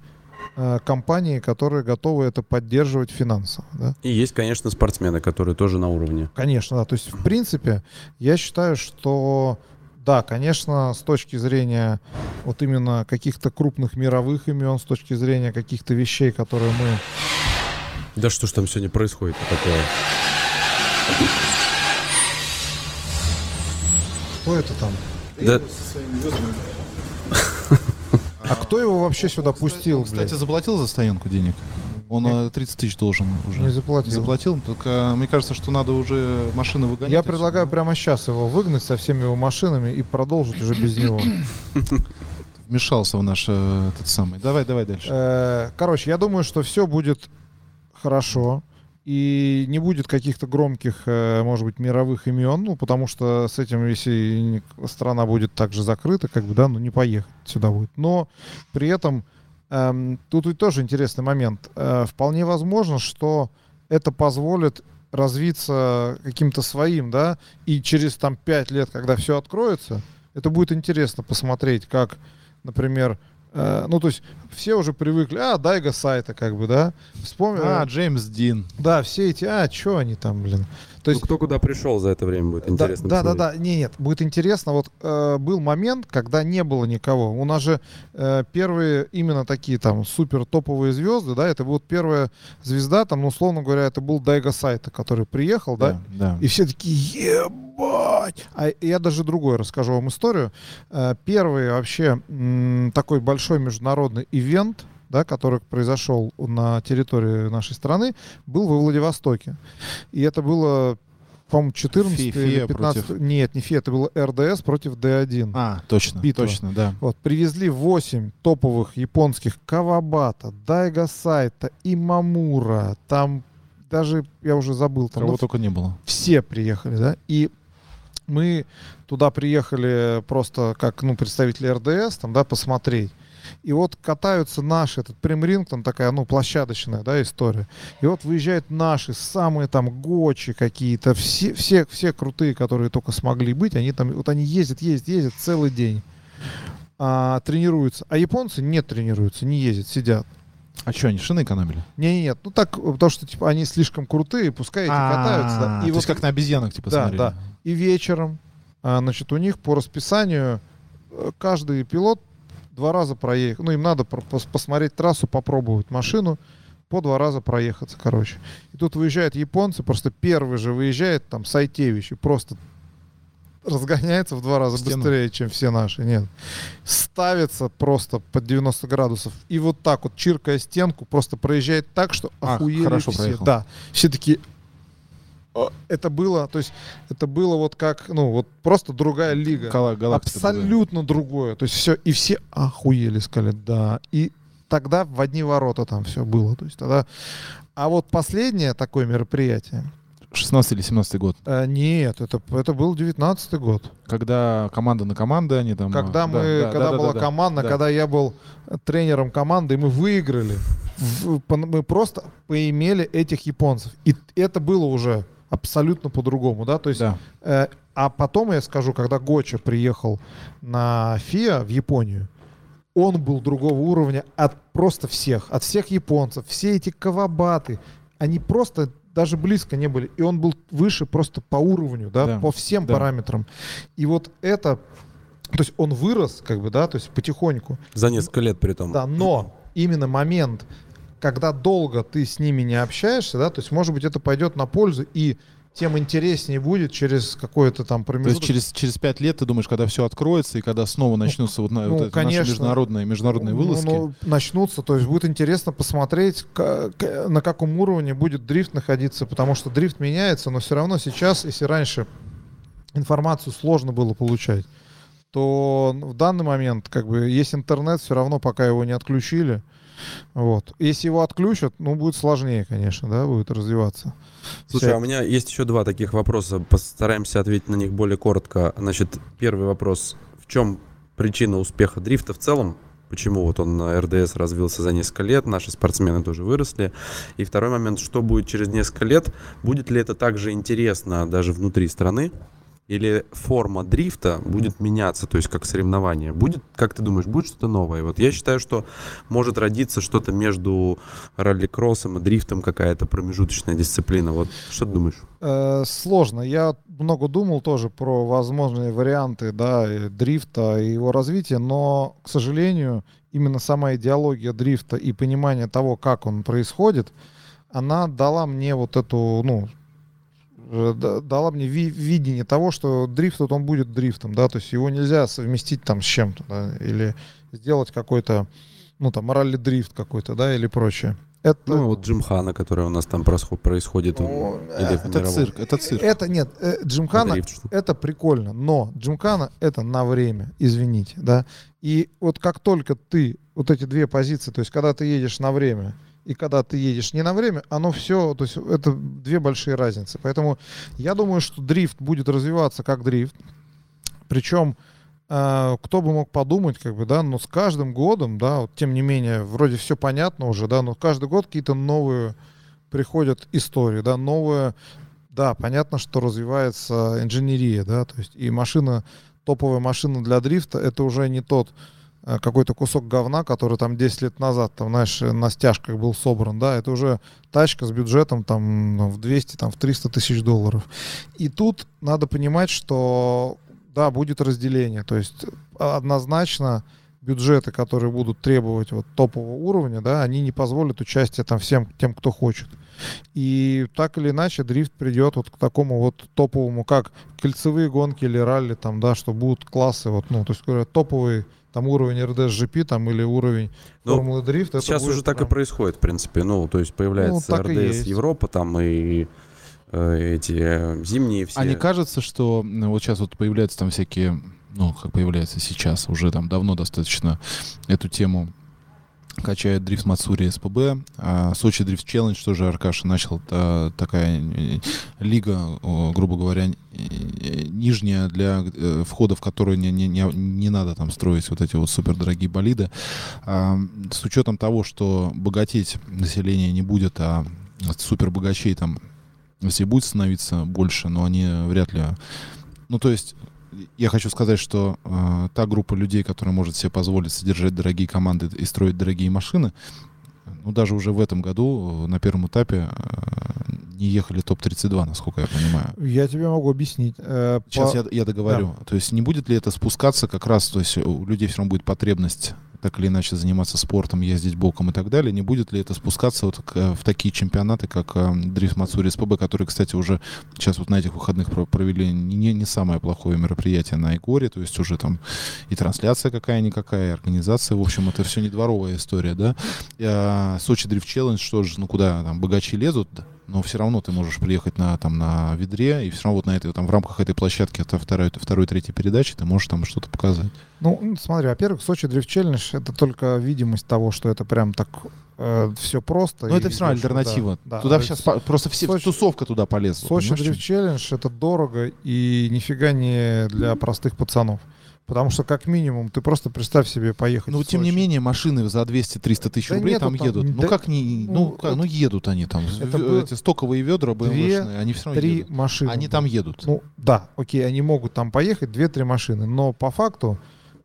э, компании, которые готовы это поддерживать финансово, да. И есть, конечно, спортсмены, которые тоже на уровне. Конечно, да. То есть, в принципе, я считаю, что да, конечно, с точки зрения вот именно каких-то крупных мировых имен, с точки зрения каких-то вещей, которые мы Да что ж там сегодня происходит такое? Кто это там? Да, А кто его вообще сюда пустил, Кстати, блядь? заплатил за стоянку денег? Он э, 30 тысяч должен уже. Не заплатил. Заплатил, только э, мне кажется, что надо уже машины выгонять. Я отсюда. предлагаю прямо сейчас его выгнать со всеми его машинами и продолжить уже без него. Вмешался в наш э, этот самый. Давай, давай дальше. Э, Короче, я думаю, что все будет хорошо. И не будет каких-то громких, э, может быть, мировых имен, ну, потому что с этим, если не- страна будет также закрыта, как бы, да, ну, не поехать сюда будет. Но при этом эм, тут ведь тоже интересный момент. Э, вполне возможно, что это позволит развиться каким-то своим, да, и через там пять лет, когда все откроется, это будет интересно посмотреть, как, например, э, ну, то есть все уже привыкли, а, дайга сайта, как бы, да, вспомнил. э, А, Джеймс Дин. Да, все эти, а, что они там, блин. То Ну, есть, кто куда пришел за это время, будет да, интересно. да, да, посмотреть. да, не, нет, будет интересно, вот э, был момент, когда не было никого. У нас же э, первые именно такие там супер топовые звезды, да, это будет первая звезда, там, ну, условно говоря, это был Дайга Сайта, который приехал, да, да. и все такие, ебать! А я даже другое расскажу вам историю. Э, Первый вообще м, такой большой международный ивент, да, который произошел на территории нашей страны, был во Владивостоке. И это было, по-моему, 14 или Фи-фия 15... против- Нет, не ФИА, это было РДС против Д1. А, точно, Битва. точно, да. Вот, привезли 8 топовых японских Кавабата, Дайга Сайта, Имамура, там даже, я уже забыл, там Кого ну, только не было. все приехали, да, и мы туда приехали просто как, ну, представители РДС, там, да, посмотреть. И вот катаются наши, этот примринг, там такая, ну, площадочная, да, история. И вот выезжают наши, самые там гочи какие-то, все, все, все крутые, которые только смогли быть, они там, вот они ездят, ездят, ездят целый день. А, тренируются. А японцы не тренируются, не ездят, сидят. А что, они шины экономили? Не, не, нет. Ну так, потому что типа они слишком крутые, пускай эти катаются. да. А, И то вот есть как на обезьянок, типа, Да, смотрели. да. И вечером, а, значит, у них по расписанию э, каждый пилот два раза проехал. Ну, им надо про- пос- посмотреть трассу, попробовать машину, по два раза проехаться, короче. И тут выезжают японцы, просто первый же выезжает там Сайтевич и просто разгоняется в два раза В стену. быстрее, чем все наши. Нет. Ставится просто под 90 градусов. И вот так вот, чиркая стенку, просто проезжает так, что А, охуели хорошо все. проехал. Да. Все такие... «О». А, Это было, то есть это было вот как, ну, вот просто другая лига. Кала- галактика другая. Абсолютно другое. То есть все, и все охуели, сказали, да. И тогда в одни ворота там все было. То есть тогда... А вот последнее такое мероприятие, 16 или 17 год. э, нет, это, это был 19 год. Когда команда на команды, они там... Когда э, мы, да, да, когда да, да, была да. команда, Да. когда я был э, тренером команды, и мы выиграли. В- по- Мы просто поимели этих японцев. И это было уже абсолютно по-другому, да? То есть Да. Э, А потом я скажу, когда Гоча приехал на ФИА в Японию, он был другого уровня от просто всех, от всех японцев. Все эти кавабаты, они просто даже близко не были. И он был выше просто по уровню, да, Да, по всем да. параметрам. И вот это, то есть он вырос, как бы, да, то есть потихоньку. За несколько лет при том. Да, но именно момент, когда долго ты с ними не общаешься, да, то есть, может быть, это пойдет на пользу и тем интереснее будет через какое-то там То есть промежуток. через, через 5 лет ты думаешь, когда все откроется и когда снова начнутся вот, на, ну, вот эти наши конечно. международные, международные Ну, вылазки. ну, начнутся, то есть будет интересно посмотреть, ка- к- на каком уровне будет дрифт находиться, потому что дрифт меняется, но все равно сейчас, если раньше информацию сложно было получать, то в данный момент как бы есть интернет, все равно пока его не отключили. Вот. Если его отключат, ну, будет сложнее, конечно, да, будет развиваться. Слушай, Вся- а у меня есть еще два таких вопроса. Постараемся ответить на них более коротко. Значит, первый вопрос. В чем причина успеха дрифта в целом? почему вот он на РДС развился за несколько лет, наши спортсмены тоже выросли. И второй момент, что будет через несколько лет, будет ли это также интересно даже внутри страны, или форма дрифта будет меняться, то есть как соревнование? Будет, как ты думаешь, будет что-то новое? Вот я считаю, что может родиться что-то между ралли-кроссом и дрифтом, какая-то промежуточная дисциплина. Вот что ты думаешь? Э, Сложно. Я много думал тоже про возможные варианты да, э, дрифта и его развития, но, к сожалению, именно сама идеология дрифта и понимание того, как он происходит, она дала мне вот эту, ну, э, да- дала мне ви- видение того, что дрифт, вот он будет дрифтом, да, то есть его нельзя совместить там с чем-то, да, или сделать какой-то, ну, там, ралли-дрифт какой-то, да, или прочее. Это, Ну, вот Джим Хана, который у нас там просход- происходит. он- Ну, или в Это мировом. цирк, это цирк. это нет, э, Джимкана Дрифт, что ли? это прикольно, но Джимкана это на время, извините, да. И вот как только ты вот эти две позиции, то есть когда ты едешь на время и когда ты едешь не на время, оно все, то есть это две большие разницы. Поэтому я думаю, что дрифт будет развиваться как дрифт. Причем э, кто бы мог подумать, как бы, да, но с каждым годом, да, вот тем не менее, вроде все понятно уже, да, но каждый год какие-то новые приходят истории, да, новые, да, понятно, что развивается инженерия, да, то есть и машина, топовая машина для дрифта, это уже не тот э, какой-то кусок говна, который там 10 лет назад, там, знаешь, э, на стяжках был собран, да, это уже тачка с бюджетом там ну, в 200, там в 300 тысяч долларов. И тут надо понимать, что да, будет разделение, то есть а- однозначно бюджеты, которые будут требовать вот топового уровня, да, они не позволят участия там всем тем, кто хочет. И так или иначе дрифт придет вот к такому вот топовому, как кольцевые гонки или ралли, там, да, что будут классы, вот, ну, то есть, говорят, топовый там уровень РДС-GP там или уровень Ну, Формулы Дрифт. это Сейчас будет уже так прям- и происходит, в принципе. Ну, то есть появляется Ну, так и РДС есть. Европа, там и э, эти э, зимние все. А не кажется, что ну, вот сейчас вот появляются там всякие, ну, как появляется сейчас, уже там давно достаточно эту тему качает Дрифт Мацури СПБ. А Сочи Дрифт Челлендж тоже Аркаша начал. Та- такая э, лига, о, грубо говоря, н- э, нижняя для э, входа, в которую не, не, не, не надо там строить вот эти вот супердорогие болиды. А, с учетом того, что богатеть население не будет, а супербогачей там если будет становиться больше, но они вряд ли... Ну, то есть, я хочу сказать, что э, та группа людей, которая может себе позволить содержать дорогие команды и строить дорогие машины, ну, даже уже в этом году э, на первом этапе э, не ехали топ-32, насколько я понимаю. Я тебе могу объяснить. Э, Сейчас по- я, я договорю. То есть не будет ли это спускаться как раз, то есть у людей все равно будет потребность так или иначе заниматься спортом, ездить боком и так далее, не будет ли это спускаться вот к, э, в такие чемпионаты, как э, Дрифт Мацури СПБ, которые, кстати, уже сейчас вот на этих выходных про- провели не, не- не самое плохое мероприятие на Егоре, то есть уже там и трансляция какая-никакая, и организация, в общем, это все не дворовая история, да. Э, Сочи Дрифт Челлендж, что же, ну куда там богачи лезут, но все равно ты можешь приехать на, там, на ведре, и все равно вот на этой, там, в рамках этой площадки, это второй, второй, третьей передачи, ты можешь там что-то показать. Ну, м, смотри, во-первых, Сочи Дрифт Челлендж — это только видимость того, что это прям так все просто. Но и Ну, это все равно видно, что да, альтернатива. да. Туда То сейчас есть по- просто все, Сочи- тусовка туда полезла. Сочи понимаешь, в чем? Дрифт Челлендж — это дорого и нифига не для простых пацанов. Потому что, как минимум, ты просто представь себе поехать Ну, в тем не Сочи. менее, машины за 200-300 тысяч Да рублей нету там там, едут. да- ну, как не... Ну, ну, как- вот ну, едут они там. В- это в- было эти стоковые ведра, БМВшные, они все равно Три едут. машины. Они было. там едут. Ну да, окей, они могут там поехать, две-три машины, но по факту,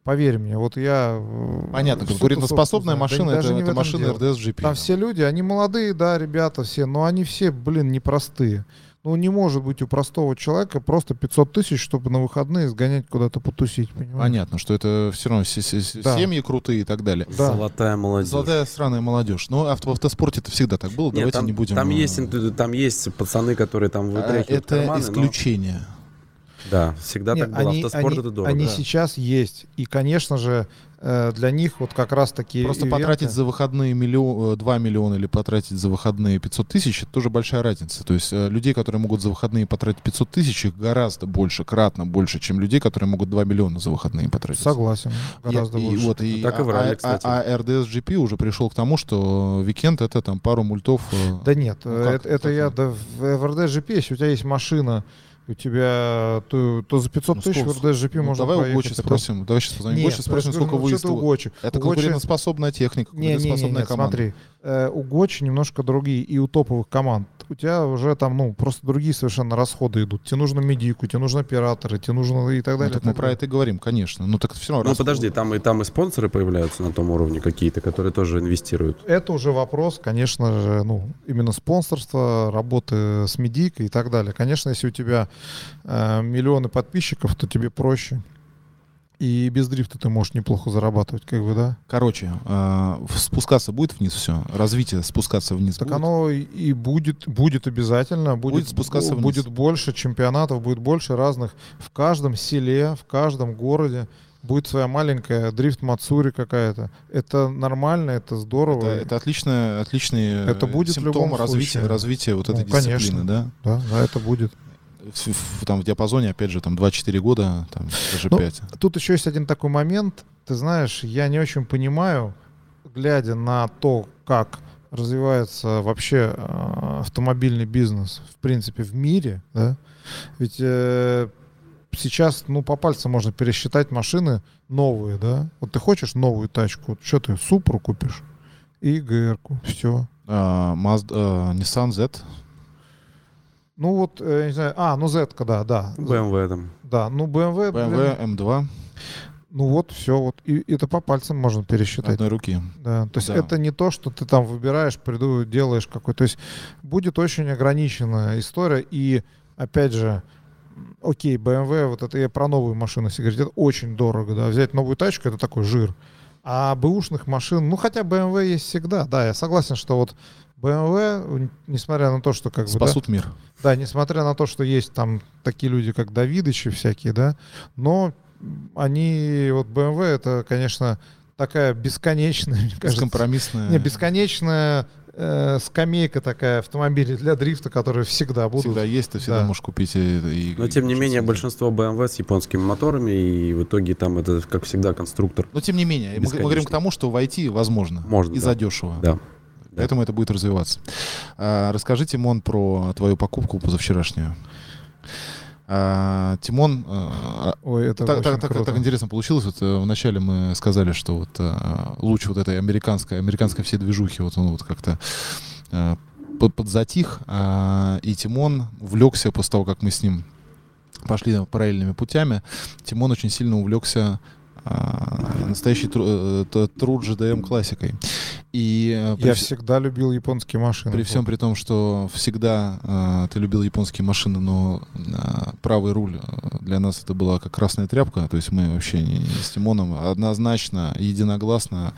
поверь мне, вот я... э, Понятно, всю конкурентоспособная тусовку знаю, да машина, даже это, не в это этом машина дело. РДС GP. Там все люди, они молодые, да, ребята все, но они все, блин, непростые. Ну, не может быть у простого человека просто 500 тысяч, чтобы на выходные сгонять куда-то потусить, понимаешь? Понятно, что это все равно се- се- се- Да. семьи крутые и так далее. да. Золотая молодежь. Золотая странная молодежь. Ну, авто, в автоспорте это всегда так ну, было. Нет, Давайте там, не будем. Там э, есть, инту- там есть пацаны, которые там а, вытряхивают это карманы, но- исключение. Да, всегда Не, так было. Автоспорт они- это дорого. Они Да. сейчас есть. И, конечно же, э, для них вот как раз такие Просто ивенты- потратить за выходные миллион, э, 2 миллиона или потратить за выходные 500 тысяч, это тоже большая разница. То есть э, людей, которые могут за выходные потратить 500 тысяч, их гораздо больше, кратно больше, чем людей, которые могут 2 миллиона за выходные потратить. Согласен. Я- Гораздо и больше. вот, и, Так и а- в ралли, а- кстати. А, а RDS GP уже пришел к тому, что викенд это там пару мультов. э, Да нет, Ну э, как- это, это как я нет? да, в РД GP, если у тебя есть машина, У тебя то, то за 500 Ну, тысяч в сколько? РДСЖП Ну, можно давай у проехать, Гочи это спросим. Давай сейчас позвоним Гочи, спросим, я же говорю, сколько ну, что ты выезд у Гочи? Это У Гочи- конкурентоспособная техника, Не, не, не, не, конкурентоспособная команда. смотри, э, у Гочи немножко другие, и у топовых команд. У тебя уже там, ну, просто другие совершенно расходы идут. Тебе нужно медику, тебе нужно операторы, тебе нужно и так Ну, далее. так и мы так про это и говорим, конечно. Ну так все равно. Ну раз- подожди, там и там и спонсоры появляются на том уровне какие-то, которые тоже инвестируют. Это уже вопрос, конечно же, ну, именно спонсорства, работы с медийкой и так далее. Конечно, если у тебя э, миллионы подписчиков, то тебе проще. И без дрифта ты можешь неплохо зарабатывать, как бы, да? Короче, э, в- спускаться будет вниз все. Развитие спускаться вниз. Так будет? оно и- и будет, будет обязательно, будет, Будет спускаться бу- вниз. будет больше чемпионатов, будет больше разных. В каждом селе, в каждом городе будет своя маленькая дрифт Мацури какая-то. Это нормально, это здорово. Это, это отличное, отличный э, Это будет в симптом любом развития, случае. развития вот этой Ну, конечно. дисциплины, да? Да, да, это будет. В, в- там в диапазоне, опять же, там 2-4 года, там даже Ну, 5. Тут еще есть один такой момент. Ты знаешь, я не очень понимаю, глядя на то, как развивается вообще э, автомобильный бизнес, в принципе, в мире, да? Ведь э, сейчас, ну, по пальцам можно пересчитать машины новые, да? Вот ты хочешь новую тачку, что ты, Супру купишь и ГР-ку, все. А, Mazda- а, Nissan Z. Ну вот, э, я не знаю, а, ну Z, да, да, BMW там. да, ну BMW, блин, BMW M2 ну вот, все, вот, и это по пальцам можно пересчитать. одной руки. Да, то есть Да. это не то, что ты там выбираешь, приду, делаешь какой. То есть будет очень ограниченная история. И опять же, м, окей, BMW, вот это я про новую машину, если говорить, это очень дорого, да. Взять новую тачку, это такой жир. А бэушных машин, ну хотя BMW есть всегда, да, я согласен, что вот BMW, н- несмотря на то, что как бы... да, Спасут мир. да, несмотря на то, что есть там такие люди, как Давидычи всякие, да, но м, они, вот BMW, это, конечно, такая бесконечная, *laughs* мне кажется, Бескомпромиссная. не, бесконечная э, скамейка такая автомобилей для дрифта, которые всегда будут. Всегда есть, ты всегда Да. можешь купить. и- и- Но тем не и- менее большинство BMW с японскими моторами и в итоге там это как всегда конструктор. Но тем не менее, мы, мы говорим Бесконечно. к тому, что войти возможно. Можно, И да. задешево. Да. Поэтому это будет развиваться. А, расскажи, Тимон, про твою покупку позавчерашнюю. А, Тимон, а, Ой, это так, очень так- так- круто. так интересно получилось. Вот, э, вначале мы сказали, что вот э, луч вот этой американской, американской всей движухи, вот он вот как-то э, под- подзатих, а, и Тимон увлекся после того, как мы с ним пошли параллельными путями. Тимон очень сильно увлекся а, настоящей тру- э, т- труд GDM классикой. И э, при Я вс- всегда любил японские машины. при всем при том, что всегда э, ты любил японские машины, но э, правый руль э, для нас это была как красная тряпка. То есть мы вообще не- не с Тимоном однозначно, единогласно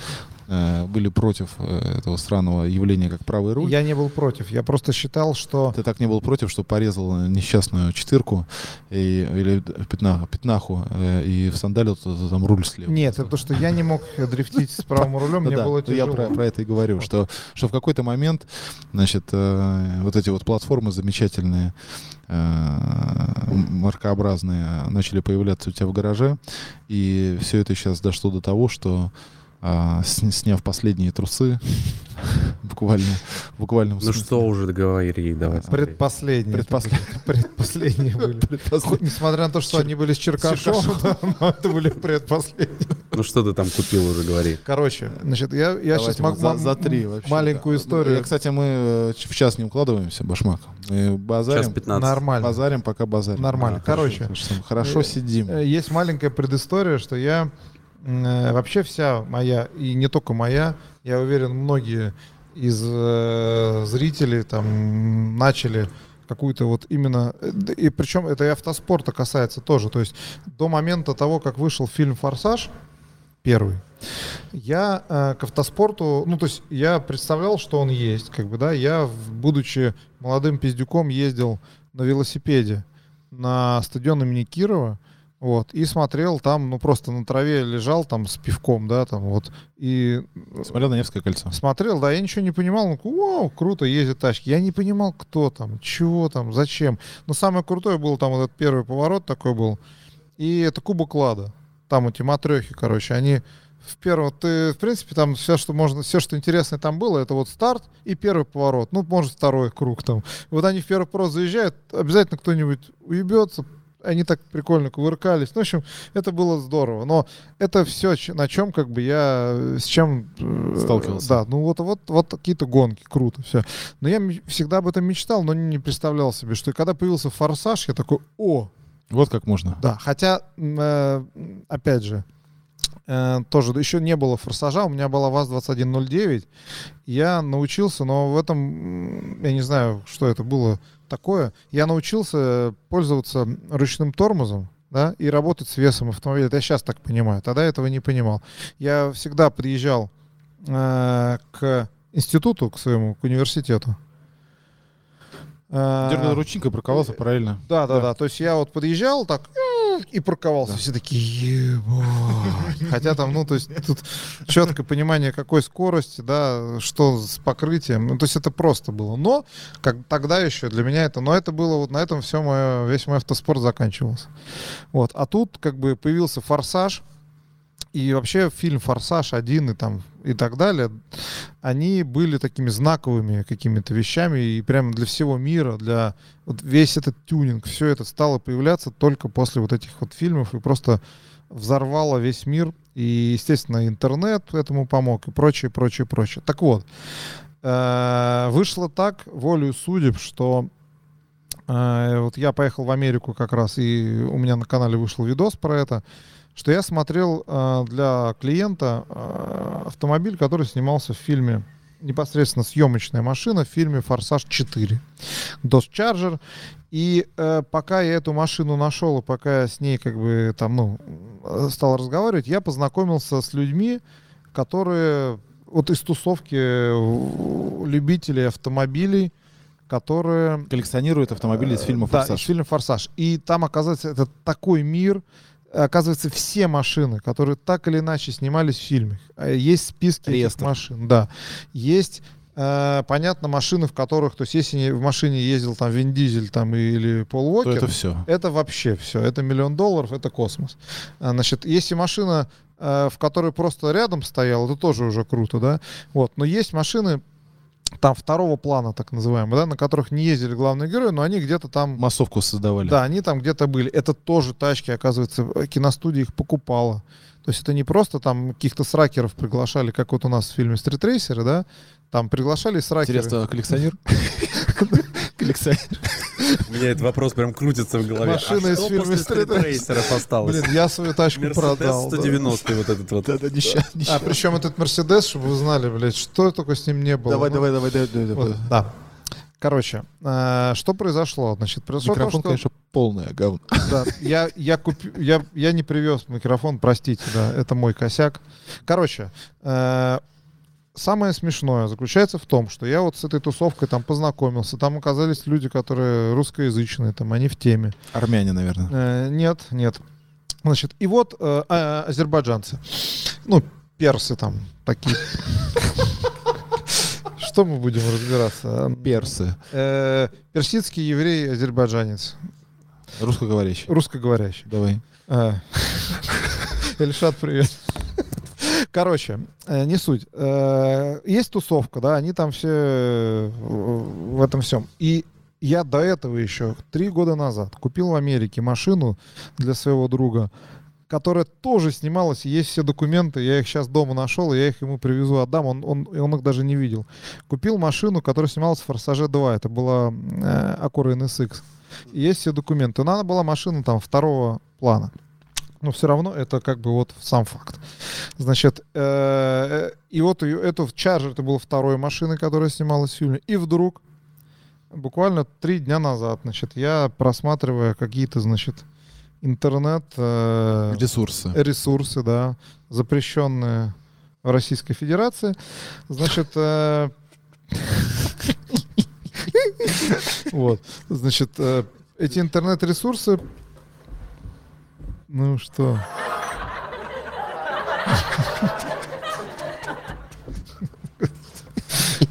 э, были против э, этого странного явления, как правый руль. Я не был против, я просто считал, что Ты так не был против, что порезал э, несчастную четырку и, или пятна- пятнаху э, и в сандалил там руль слева. нет, это то, что я не мог дрифтить с правым рулем, Ну мне *laughs* да, было ну я про, тяжело. про это и говорю, что, что в какой-то момент, значит, э, вот эти вот платформы замечательные, э, м- маркообразные, начали появляться у тебя в гараже, и все это сейчас дошло до того, что а, сня- сняв последние трусы, *laughs* буквально, буквально Ну что уже договори, давай. смотри. Предпоследние. *laughs* Предпоследние. *laughs* Предпоследние были. Хоть Несмотря на то, что Чер- они были с Черкашем, *laughs* но это были предпоследние. Ну что ты там купил уже, говори. Короче, значит, я, я сейчас Давайте могу вот за, за три вообще. маленькую да. историю. Э, Кстати, мы э, ч- в час не укладываемся, башмак. Мы Сейчас базарим. 15. Нормально. Базарим, пока базарим. Нормально. Да, хорошо, Короче, слушай, хорошо э, сидим. Э, Есть маленькая предыстория, что я м, э, вообще вся моя, и не только моя, я уверен, многие из э, зрителей там м, начали какую-то вот именно, э, д- и причем это и автоспорта касается тоже, то есть до момента того, как вышел фильм «Форсаж», первый, я э, к автоспорту, ну то есть я представлял, что он есть, как бы, да, я, в- будучи молодым пиздюком, ездил на велосипеде на стадион имени Кирова, вот, и смотрел там, ну просто на траве лежал там с пивком, да, там вот, и Смотрел на Невское кольцо. смотрел, да, я ничего не понимал, ну, вау, круто, ездят тачки. Я не понимал, кто там, чего там, зачем. Но самое крутое был там вот этот первый поворот такой был, и это Кубок Лада, там эти матрехи, короче, они в первом, ты, в принципе, там все, что можно, все, что интересное там было, это вот старт и первый поворот, ну, может, второй круг там. И вот они в первый поворот заезжают, обязательно кто-нибудь уебется, они так прикольно кувыркались. Ну, в общем, это было здорово. Но это все, на чем как бы я э, с чем... э, Сталкивался. Да, ну вот, вот, вот какие-то гонки, круто, все. Но я м- всегда об этом мечтал, но не представлял себе, что и когда появился «Форсаж», я такой, о, Вот как можно. да, хотя, м, э, м, опять же, э, тоже еще не было форсажа, у меня была ВАЗ-2109, я научился, но в этом, м, я не знаю, что это было такое, я научился пользоваться ручным тормозом, да, и работать с весом автомобиля. Это я сейчас так понимаю, тогда я этого не понимал. Я всегда приезжал э, к институту, к своему, к университету. Э, Дернул ручник и парковался параллельно. да, да, Да. да, То есть я вот подъезжал так м, и парковался. Все такие, ебать. Хотя там, ну, то есть тут четкое понимание, какой скорости, да, что с покрытием. Ну, то есть это просто было. Но как, тогда еще для меня это, но это было вот на этом все мое, весь мой автоспорт заканчивался. Вот. А тут как бы появился «Форсаж», и вообще фильм «Форсаж 1» и, там, и так далее, они были такими знаковыми какими-то вещами, и прямо для всего мира, для вот весь этот тюнинг, все это стало появляться только после вот этих вот фильмов, и просто взорвало весь мир, и, естественно, интернет этому помог, и прочее, прочее, прочее. Так вот, э, вышло так, волею судеб, что э, вот я поехал в Америку как раз, и у меня на канале вышел видос про это, что я смотрел э, для клиента э, автомобиль, который снимался в фильме непосредственно съемочная машина в фильме «Форсаж 4». Dodge Charger. И э, пока я эту машину нашел, и пока я с ней как бы там, ну, э, стал разговаривать, я познакомился с людьми, которые вот из тусовки э, любителей автомобилей, которые Коллекционирует автомобили э, из фильма Э, да, «Форсаж». из фильма «Форсаж». И там, оказывается, это такой мир. э, Оказывается, все машины, которые так или иначе снимались в фильме, э, есть списки этих Реестр. машин. Да. Есть, э, понятно, машины, в которых... То есть, если не- в машине ездил там Вин Дизель там, или Пол То Уокер, это все. это вообще все. Это миллион долларов, это космос. А, Значит, если машина, э, в которой просто рядом стояла, это тоже уже круто, да? Вот. Но есть машины там второго плана, так называемые, да, на которых не ездили главные герои, но они где-то там... Массовку создавали. Да, они там где-то были. Это тоже тачки, оказывается, э, киностудия их покупала. То есть это не просто там каких-то сракеров приглашали, как вот у нас в фильме «Стритрейсеры», да? Там приглашали сракеры. Интересно, а *laughs* коллекционер? Коллекционер. У меня этот вопрос прям крутится в голове. А Машина из что фильма после «Стрит «Стритрейсеров» осталось? Блин, я свою тачку Мерседес продал. да. 190 вот этот вот. Да-да, нища, А нища. причем этот Мерседес, чтобы вы знали, блядь, что только с ним не было. Давай, Ну, давай, давай, давай, давай, вот, давай. да. Короче, э, что произошло? Значит, произошло то, Микрофон, что конечно, полное говно. да, я, я, купи- я, я не привез микрофон, простите, да, это мой косяк. Короче, э, самое смешное заключается в том, что я вот с этой тусовкой там познакомился, там оказались люди, которые русскоязычные, там они в теме. Армяне, наверное. Э, Нет, нет. Значит, и вот э, а- азербайджанцы. Ну, персы там такие. Что мы будем разбираться? Персы. Э, Персидский еврей, азербайджанец, Русскоговорящие. русскоговорящий. Давай. Э, Эльшат, привет. Короче, э, не суть. Э, Есть тусовка, да, они там все э, в этом всем. И я до этого еще, три года назад, купил в Америке машину для своего друга, которая тоже снималась, и есть все документы, я их сейчас дома нашел, и я их ему привезу, отдам, он, он, и он их даже не видел. Купил машину, которая снималась в «Форсаже 2», это была э, Acura NSX. И есть все документы. Но она была машина там второго плана. Но все равно это как бы вот сам факт. Значит, э, и вот её- эту Charger, это была второй машина, которая снималась в фильме. И вдруг, буквально три дня назад, значит, я просматривая какие-то, значит, интернет... э, Ресурсы. ресурсы, да, запрещенные в Российской Федерации. Значит, э, вот, значит, э, эти интернет-ресурсы, ну что,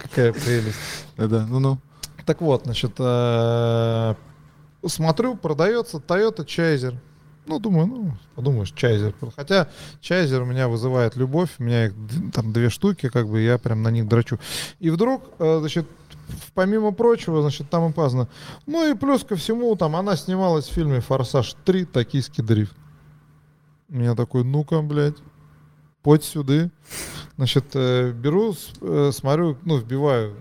какая прелесть. Э, Да, ну-ну. Так вот, значит, э, смотрю, продается Toyota Chaser Ну, думаю, ну, подумаешь, чайзер. Хотя чайзер у меня вызывает любовь. У меня их д- там две штуки, как бы я прям на них драчу. И вдруг, э, значит, в- помимо прочего, значит, там и пазно. Ну и плюс ко всему, там она снималась в фильме «Форсаж 3. Токийский дрифт». Я такой, ну-ка, блядь, подь сюда. Значит, э, беру, с- э, смотрю, ну, вбиваю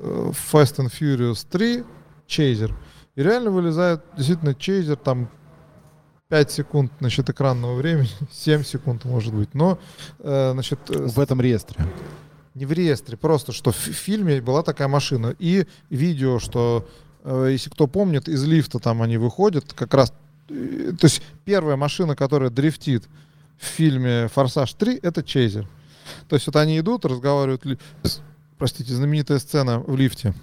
э, Fast and Furious 3, чейзер. И реально вылезает действительно чейзер, там 5 секунд, значит, экранного времени, *laughs* 7 секунд, может быть. Но, э, значит, э, В этом реестре. не в реестре, просто что в фи- фильме была такая машина. И видео, что, э, если кто помнит, из лифта там они выходят, как раз, э, то есть первая машина, которая дрифтит в фильме «Форсаж 3», это Чейзер. То есть вот они идут, разговаривают, ли- с- простите, знаменитая сцена в лифте,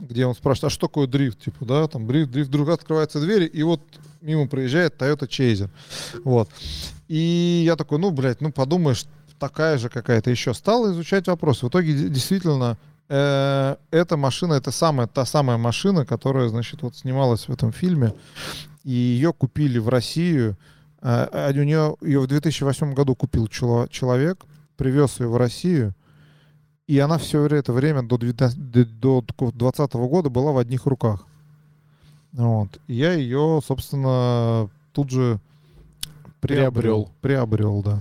где он спрашивает, а что такое дрифт, типа, да, там дрифт, дрифт, вдруг открываются двери, и вот мимо проезжает Toyota Chaser. Вот. И я такой, ну, блядь, ну, подумаешь, такая же какая-то еще. Стал изучать вопрос. В итоге де- действительно э, эта машина, это самая, та самая машина, которая, значит, вот снималась в этом фильме. И ее купили в Россию. Э, а у нее, ее в 2008 году купил чело- человек, привез ее в Россию. И она все это время до 2020 года была в одних руках. Вот. И я ее, собственно, тут же Приобрел. Приобрел, да.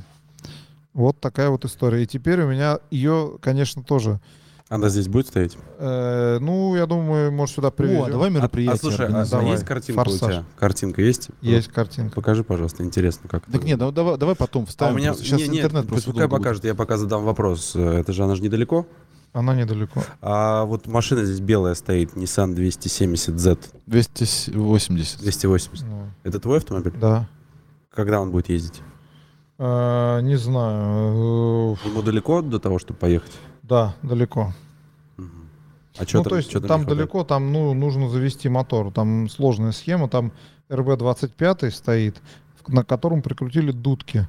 Вот такая вот история. И теперь у меня ее, конечно, тоже. Она здесь будет стоять? э, ну, я думаю, может, сюда привезем. О, а давай А- мероприятие а, слушай, а, организуем. организовать. есть картинка у Форсаж. тебя? Картинка есть? Ну, Есть картинка. Покажи, пожалуйста, интересно, как это Так нет, да- давай, давай потом А вставим. у меня просто. Сейчас не, не, интернет пусть просто пускай долго будет. покажет, я пока задам вопрос. Э, Это же она же недалеко. Она недалеко. А вот машина здесь белая стоит, Nissan 270Z, 280. 280. Ну, Это твой автомобиль? да. Когда он будет ездить? Э, не знаю. э, Ему далеко до того, чтобы поехать? да, далеко. Мгм. А что ну, там? то есть чё не там хватает? далеко, там ну, нужно завести мотор. Там сложная схема, там РБ-25 стоит, в- на котором прикрутили дудки.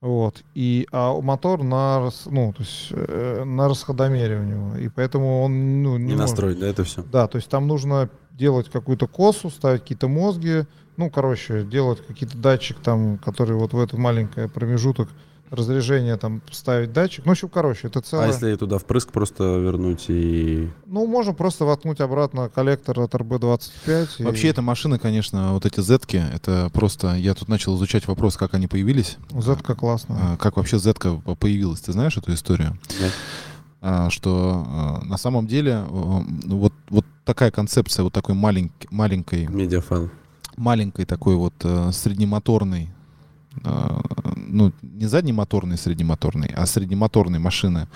Вот. И, а мотор на, рас- ну, то есть, э, на расходомере у него. И поэтому он ну, не, Не может- настроить, да, это все? Да, то есть там нужно делать какую-то косу, ставить какие-то мозги, ну, короче, делать какие-то датчик там, который вот в этот маленький промежуток разрежения там ставить датчик. Ну, в общем, короче, это целое. А если туда впрыск просто вернуть и... Ну, можно просто воткнуть обратно коллектор от RB25. и- Вообще, эта машина, конечно, вот эти зетки, это просто... Я тут начал изучать вопрос, как они появились. Зетка классно. А, Как вообще зетка по- появилась. Ты знаешь эту историю? Нет. А, Что а, на самом деле а, ну, вот, вот такая концепция вот такой маленькой, маленькой, Медиафайл. маленькой такой вот а, среднемоторной а, ну, не заднемоторной среднемоторной, а среднемоторной машины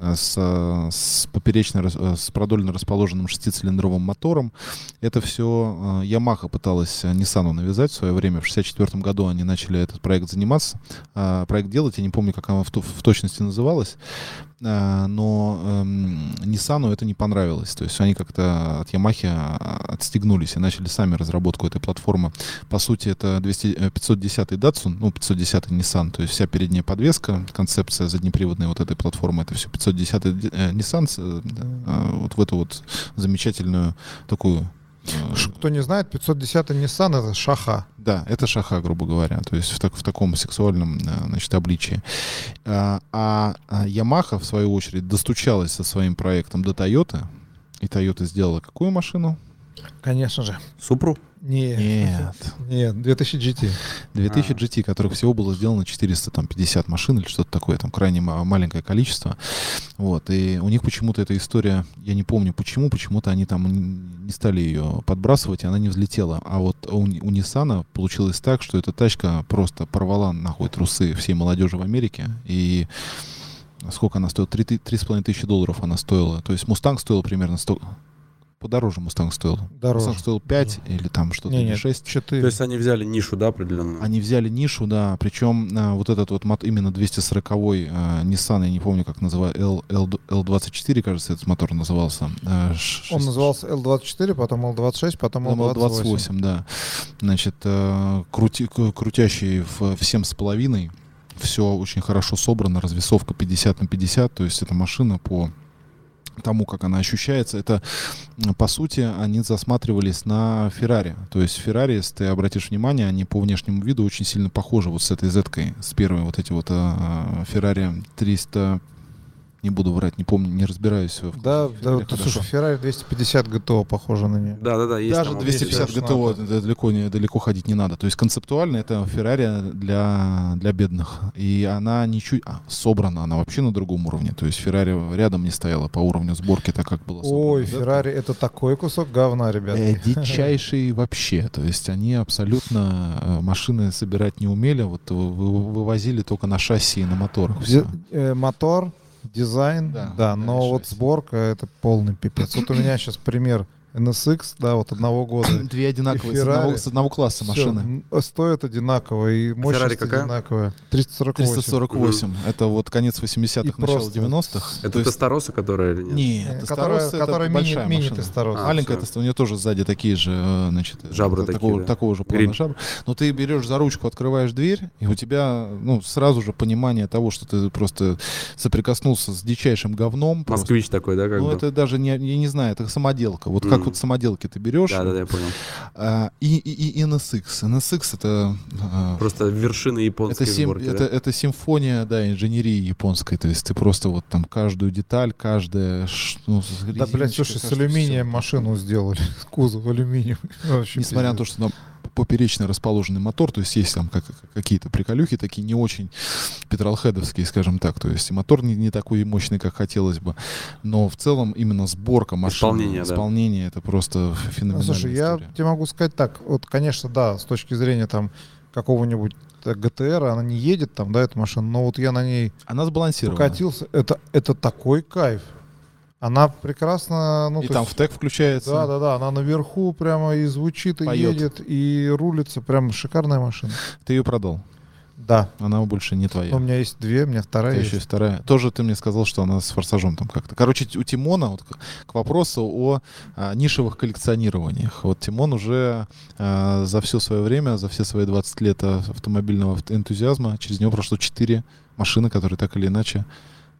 а, с, а, с поперечно, рас- а, с продольно расположенным шестицилиндровым мотором. Это все Ямаха пыталась а, Ниссану навязать в свое время. В 1964 году они начали этот проект заниматься, а, проект делать. Я не помню, как она в, ту- в точности называлась. А, Но эм, Ниссану это не понравилось. То есть они как-то от Ямахи а, отстегнулись и начали сами разработку этой платформы по сути, это 200, э, 510 Datsun, ну, 510 Nissan, то есть вся передняя подвеска, концепция заднеприводной вот этой платформы, это все 510 э, Nissan, с, э, э, вот в эту вот замечательную такую... э, Ш- Кто не знает, 510 Nissan это шаха. да, это шаха, грубо говоря, то есть в, так- в таком сексуальном э, значит, обличии. А, а, а Yamaha, в свою очередь, достучалась со своим проектом до Toyota, и Toyota сделала какую машину? Конечно же. Супру? Не. Нет. Нет, 2000 GT. 2000 А. GT, которых всего было сделано 450 машин или что-то такое, там крайне ма- маленькое количество. Вот, и у них почему-то эта история, я не помню почему, почему-то они там н- не стали ее подбрасывать, и она не взлетела. А вот у, Ни- у Ниссана получилось так, что эта тачка просто порвала нахуй трусы всей молодежи в Америке, и сколько она стоила? Три ты- три с половиной тысячи долларов она стоила. То есть Мустанг стоил примерно 100... Подороже Мустанг стоил. Дороже. Мустанг стоил 5 или там что-то, Не, или нет, 6. 4. То есть а, они взяли нишу, да, определенную? Они взяли нишу, да, причем а, вот этот вот мот- именно 240-й а, Nissan, я не помню, как называют, L, L, L24, кажется, этот мотор назывался. а, ш- Он шесть- назывался L24, потом L26, потом потом L28. L28, да. Значит, а, крути- к- крутящий в, в 7,5, все очень хорошо собрано, развесовка 50 на 50, то есть эта машина по тому, как она ощущается, это, м, по сути, они засматривались на Феррари. То есть Феррари, если ты обратишь внимание, они по внешнему виду очень сильно похожи вот с этой Z-кой, с первой вот эти вот э, Феррари 300... Не буду врать, не помню, не разбираюсь. в- Да, да, Хорошо. слушай, Ferrari 250 ГТО похоже на нее. Да, да, да. Есть Даже там 250 обычно ГТО да, далеко, не, далеко ходить не надо. То есть концептуально это Феррари для, для бедных. И она ничуть... а, собрана она вообще на другом уровне. То есть Феррари рядом не стояла по уровню сборки, так как было собрано. Ой, Да, Феррари это такой кусок говна, ребят. Э, *laughs* дичайшие вообще. То есть они абсолютно э, машины собирать не умели, вот вы- вы- вывозили только на шасси и на моторах. всё. Ди- э, Мотор, дизайн, Да, да, да, но вот решайся. сборка это полный пипец. Вот у меня сейчас пример NSX, да, вот одного года. *clears throat* Две одинаковые с Феррари. одного, с одного класса машины. Всё, м, стоит одинаково и мощность какая? одинаковая. 348. 348. Это вот конец 80-х, И начало просто- 90-х. Это То есть- Тестороса, которая или нет? Нет, Э, это Которая, Старос, это которая большая мини, мини машина. Тестарос. А, Маленькая всё. теста, у нее тоже сзади такие же, э, значит, Жабры э, такие, такого, да. такого же Гриль. плана жабр. Но ты берешь за ручку, открываешь дверь, и у тебя, ну, сразу же понимание того, что ты просто соприкоснулся с дичайшим говном. просто. Москвич такой, да, как Ну, бы? это даже не, я не знаю, это самоделка. Вот как Мгм. вот самоделки ты берешь. Да, да, да, я понял. а, и, и, и NSX. NSX это... а, Просто вершины японской это, сим- сборки, да? это, это симфония, да, инженерии японской. То есть ты просто вот там каждую деталь, каждая... ш- ну, с- Да, блядь, резиночка, слушай, с каждое алюминием всё. машину сделали. *laughs* Кузов алюминием. *laughs* Вообще Несмотря на то, пиздец. что там поперечно расположенный мотор, то есть есть там как- какие-то приколюхи, такие не очень петролхедовские, скажем так. То есть и мотор не, не такой мощный, как хотелось бы. Но в целом именно сборка машины, Исполнение, да. исполнение, это просто Ну, феноменальная слушай, я история. тебе могу сказать так. Вот, конечно, да, с точки зрения там какого-нибудь э, ГТР, она не едет там, да, эта машина, но вот я на ней Она сбалансирована. покатился, это, это такой кайф. Она прекрасно, ну, и то там есть- в тег включается. да, да, да, она наверху прямо и звучит, и Поёт. едет, и рулится, прям шикарная машина. Ты ее продал. Да, Она больше не твоя. Но у меня есть две, у меня У вторая тебя есть. еще есть вторая. Тоже ты мне сказал, что она с форсажом там как-то. Короче, у Тимона, вот к- к вопросу о, а, нишевых коллекционированиях. Вот Тимон уже а, за все свое время, за все свои 20 лет а, автомобильного авт- энтузиазма, через него прошло 4 машины, которые так или иначе...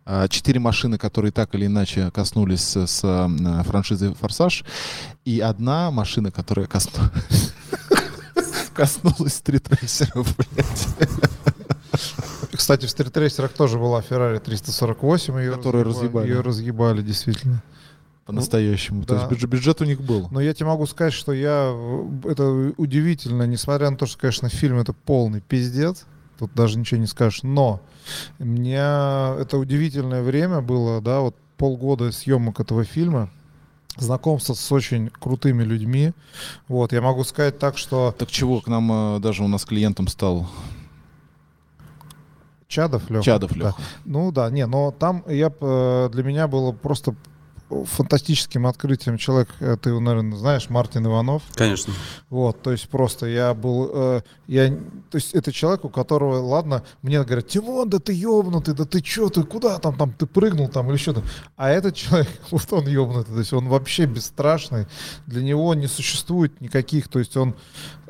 а, Четыре машины, которые так или иначе коснулись с, с, м, а, франшизы «Форсаж», и одна машина, которая коснулась... *laughs* Коснулась стритрейсеров, блядь. Кстати, в стритрейсерах тоже была Ferrari 348, ее Которую разъебали. Ее разъебали, действительно. По-настоящему. То да. есть бюджет, бюджет у них был. Но я тебе могу сказать, что я... э, Это удивительно, несмотря на то, что, конечно, фильм это полный пиздец. Тут даже ничего не скажешь. Но у меня это удивительное время было, да, вот полгода съемок этого фильма, знакомство с очень крутыми людьми. Вот, я могу сказать так, что Так чего, к нам э, даже у нас клиентом стал Чадов, Леха. Чадов Лёха. Ну да, не, но там я э, для меня было просто фантастическим открытием человек, э, ты, наверное, знаешь, Мартин Иванов. Конечно. Вот, то есть просто я был, э, я, то есть это человек, у которого, ладно, мне говорят, Тимон, да ты ёбнутый, да ты чё, ты куда там, там, ты прыгнул там или что-то. А этот человек, *laughs* вот он ёбнутый, то есть он вообще бесстрашный, для него не существует никаких, то есть он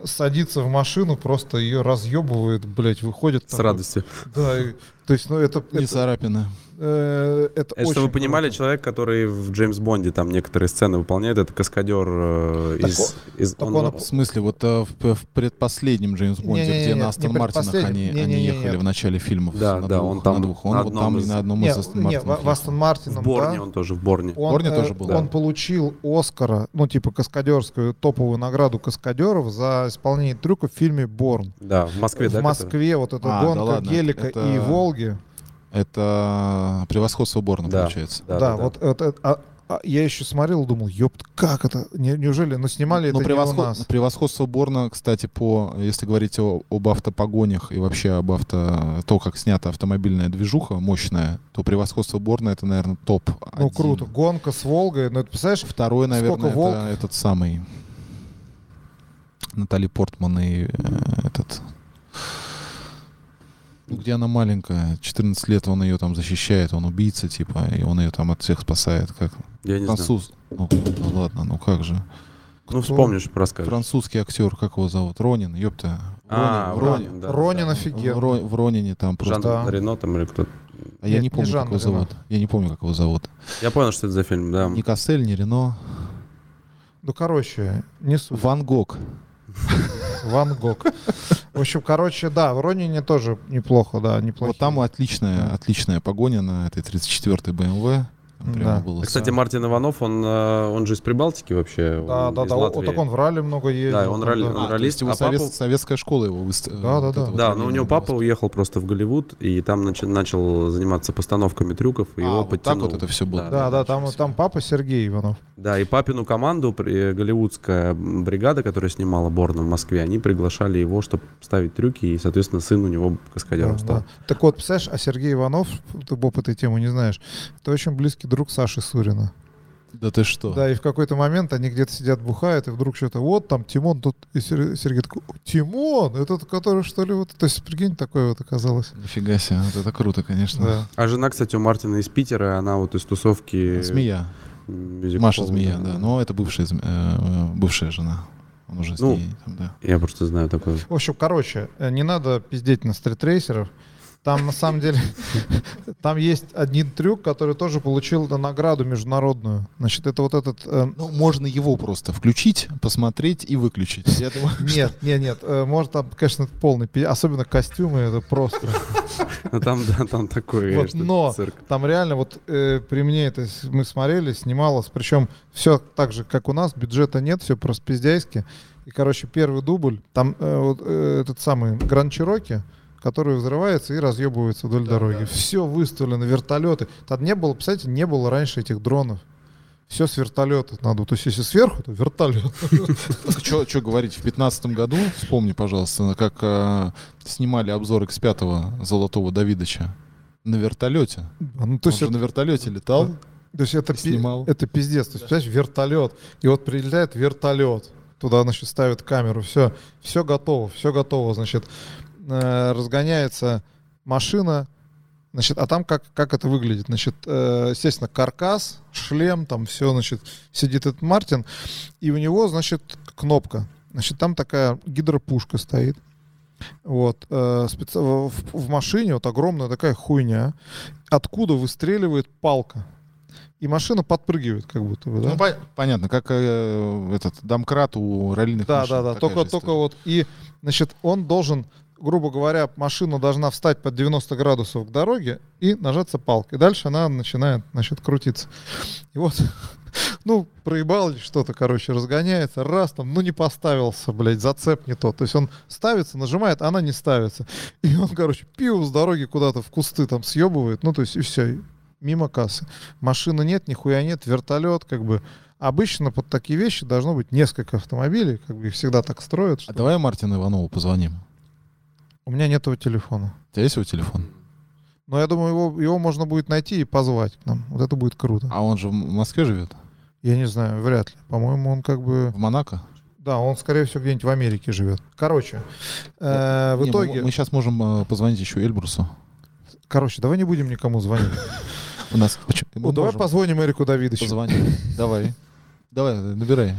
садится в машину, просто ее разъебывает, блядь, выходит. С такой. радостью. Да, и- то есть, ну это... Не это- царапины. Э, Это, Это, чтобы вы очень понимали, круто. человек, который в Джеймс Бонде там некоторые сцены выполняет, это каскадер э, Так из... из- так он- он- В смысле, вот э, в, п- в предпоследнем Джеймс Бонде, Не-не-не, где не на Астон Мартинах предпоследнем. они, они Не-не-не, ехали нет. в начале фильмов. Да, на да, двух- он там на двух. Он на вот одном там и из- на одном ну, Не, из Астон не, Мартинов в Астон ехал. в Мартином, Борне да. он тоже, в Борне. Он, Борне э, тоже был, он да. получил Оскара, ну типа каскадерскую топовую награду каскадеров за исполнение трюка в фильме Борн. Да, в Москве, в да? который? Москве вот эта А, да гонка ладно, гелика это- и Волги. Это превосходство Борна, Да. получается. Да, да, да. вот это. а- а я еще смотрел, думал, ёпт, как это? Не- неужели? Но снимали Но это Ну, превосход- не у нас. превосходство Борна, кстати, по, если говорить о- об автопогонях и вообще об авто, то, как снята автомобильная движуха мощная, то превосходство Борна это, наверное, топ. Ну один. круто. Гонка с Волгой, ну это представляешь? Второй, Сколько наверное, волк? это этот самый Натали Портман и э, этот. Ну, где она маленькая, 14 лет он ее там защищает, он убийца, типа, и он ее там от всех спасает, как Я не знаю. француз. Ну, ну ладно, ну как же. Ну, вспомнишь, расскажешь. Французский актер, как его зовут? Ронин, ёпта. А, Ронин, Ронин, да. Ронин да. офигенный. В Ро- в Ронине там Жан просто. Да. Рено там или кто-то. А я Нет, не не помню, Жан как его Рено. зовут. Я не помню, как его зовут. Я понял, что это за фильм, да. Ни Кассель, ни Рено. Ну, короче, не суть. Ван Гог. Ван Гог. В общем, короче, да, в Ронине тоже неплохо, да, неплохо. Вот там отличная, отличная погоня на этой 34-й BMW. Там Прямо Да. было А, Кстати, сам. Мартин Иванов, он, э, он же из Прибалтики вообще. Да, он да, из да. о- Латвии. Вот так он в ралли много ездил. Да, он ралли- да. он А, то раллист, есть его а папа- совет- советская школа его э, выставила. Да, да, да. Да, но у него папа уехал просто в Голливуд, и там начи- начал заниматься постановками трюков, и А, его вот так подтянул. вот это всё было. Да, Да, да, там, там папа Сергей Иванов. Да, и папину команду, при- э, голливудская бригада, которая снимала Борна в Москве, они приглашали его, чтобы ставить трюки, и, соответственно, сын у него каскадером Да, стал. да. Так вот, представляешь, а Сергей Иванов, ты Боб этой темы не знаешь, это очень близкий друг Саши Сурина. Да ты что? Да, и в какой-то момент они где-то сидят, бухают, и вдруг что-то, вот там Тимон, тут и Сер- Сергей такой, «О, Тимон, это тот, который что ли вот, то есть, прикинь, такое вот *laughs* оказалось. Нифига себе, вот это круто, конечно. Да. А жена, кстати, у Мартина из Питера, она вот из Э, тусовки... Змея. мюзик-холла, Маша Змея, да. да. ну. Но это бывшая, зм- э, бывшая жена. Он уже с Ну. ней. там, да. Я просто знаю такое. В общем, короче, э, не надо пиздеть на стритрейсеров. Там на самом деле, *laughs* там есть один трюк, который тоже получил награду международную. Значит, это вот этот э, *laughs* Ну, можно его просто включить, посмотреть и выключить. Я думаю, Нет, нет, нет. э, Может, там, конечно, это полный пи- Особенно костюмы, это просто. Ну там, да, там такое, Вот, конечно, но- цирк. Там реально вот э, при мне это с- мы смотрели, снималось. Причем все так же, как у нас. Бюджета нет, все просто пиздяйски. И, короче, первый дубль. Там э, вот, э, этот самый Гранд Чироки, который взрывается и разъебывается вдоль дороги. Все выставлено, вертолеты. Там не было, кстати, не было раньше этих дронов. Все с вертолета надо. То есть, если сверху, то *laughs* вертолет. что говорить, в 15 году, вспомни, пожалуйста, как э, снимали обзор X5 Золотого Давидыча на вертолете. Ну, то Он есть, же на вертолете летал. То есть это, пи- Снимал. это пиздец. То есть, представляешь, вертолет. И вот прилетает вертолет. Туда, значит, ставят камеру. Все, все готово, все готово. Значит, э, разгоняется машина. Значит, а там как, как это выглядит? Значит, э, естественно, каркас, шлем, там все, значит, сидит этот Мартин. И у него, значит, кнопка. Значит, там такая гидропушка стоит. Вот. э, специ- в, в машине вот огромная такая хуйня. Откуда выстреливает палка? И машина подпрыгивает, как будто бы, да? Ну, пон- понятно, как э, этот домкрат у раллиных Да, машин. да, да. Такая Только, же только история. вот и, значит, он должен, грубо говоря, машина должна встать под 90 градусов к дороге и нажаться палкой. Дальше она начинает, значит, крутиться. И вот, *laughs* ну, проебал ли что-то, короче, разгоняется, раз там, ну, не поставился, блядь, зацеп не тот. То есть он ставится, нажимает, а она не ставится. И он, короче, пиво с дороги куда-то в кусты там съебывает, ну, то есть и все, мимо кассы. Машины нет, нихуя нет, вертолет, как бы. Обычно под такие вещи должно быть несколько автомобилей, как бы их всегда так строят. А что- давай Мартину Иванову позвоним. У меня нет его телефона. У тебя есть его телефон? Но я думаю, его, его можно будет найти и позвать к нам. Вот это будет круто. А он же в Москве живет? Я не знаю, вряд ли. По-моему, он как бы... В Монако? Да, он, скорее всего, где-нибудь в Америке живет. Короче, э, в Не, мы- итоге... Мы сейчас можем э, позвонить еще Эльбрусу. Короче, давай не будем никому звонить. У нас... Почему? Мы Вот Ну, Давай можем позвоним Эрику Давидовичу. позвонить. Давай. Давай, набирай.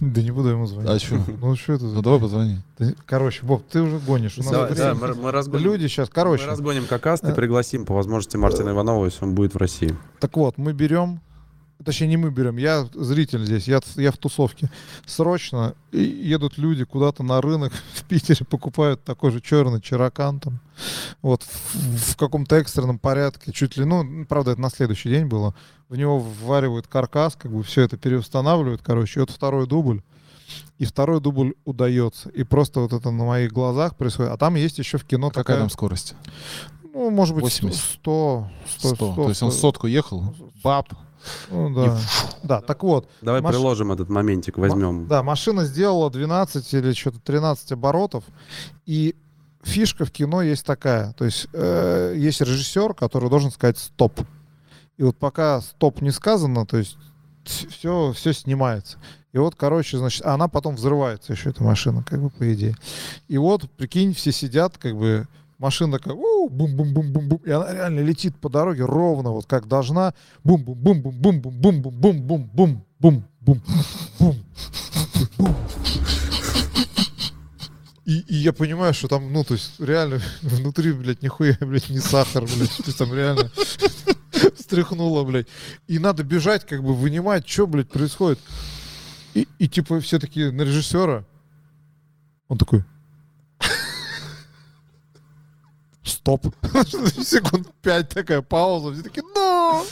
Да не буду ему А звонить. что? *laughs* Ну что это? Ну за- давай позвони. Да- Короче, Боб, ты уже гонишь. У нас Давай, время. да, мы, мы разгоним. Люди сейчас, короче, Мы разгоним какаст и Э. пригласим по возможности Мартина Иванова, если он будет в России. так вот, мы берем, точнее не мы берем, я зритель здесь, я, ц- я в тусовке. Срочно и- едут люди куда-то на рынок *laughs* в Питере, покупают такой же черный чиракан там, вот, в, в каком-то экстренном порядке, чуть ли, ну, правда, это на следующий день было. В него вваривают каркас, как бы все это переустанавливают, короче, и вот второй дубль. И второй дубль удается. И просто вот это на моих глазах происходит. А там есть еще в кино Какая такая... там скорость? Ну, может быть, 80. 100, 100, 100. То есть он сотку ехал, баб. Ну, да. да, так вот, Давай Маш- приложим этот моментик, возьмем. да, машина сделала 12 или что-то 13 оборотов, и фишка в кино есть такая, то есть э, есть режиссер, который должен сказать «стоп». И вот пока «стоп» не сказано, то есть все, все снимается. И вот, короче, значит, она потом взрывается еще, эта машина, как бы, по идее. И вот, прикинь, все сидят, как бы, машина такая, «Уу, бум-бум-бум-бум-бум, и она реально летит по дороге ровно, вот как должна, бум-бум-бум-бум-бум-бум-бум-бум-бум-бум-бум-бум. И И, и я понимаю, что там, ну, то есть, реально, *laughs* внутри, блядь, нихуя, блядь, не сахар, блядь. То есть там реально *laughs* встряхнуло, блядь. И надо бежать, как бы вынимать, что, блядь, происходит. И, и типа все таки на режиссера. Он такой. Стоп. *laughs* Секунд пять такая пауза. Все такие, ну,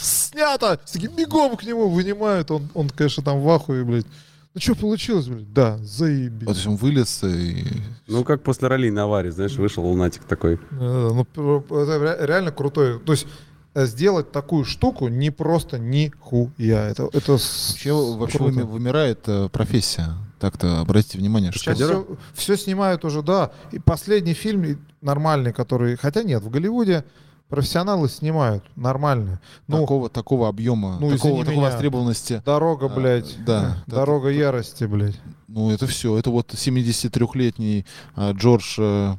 снято. Все такие, бегом к нему вынимают. Он, он конечно, там в ахуе, блядь. Ну что получилось, блядь? Да, заебись. Вот, в общем, вылез и... Ну, как после ролей на аварии, знаешь, вышел лунатик такой. Да-да-да, Ну, пр- это ре- реально крутой. То есть э, сделать такую штуку не просто нихуя. Это, это с- Вообще, вообще выми- круто. вымирает э, профессия. Так-то обратите внимание, что... Сейчас все, снимают уже, да. И последний фильм и нормальный, который... Хотя нет, в Голливуде профессионалы снимают нормально. Ну, такого, такого объема, ну, такого, извини такой меня. востребованности. дорога, а, блядь. Э, да. Дорога ярости, блядь. Ну, это все. Это вот 73-летний а, Джордж... э,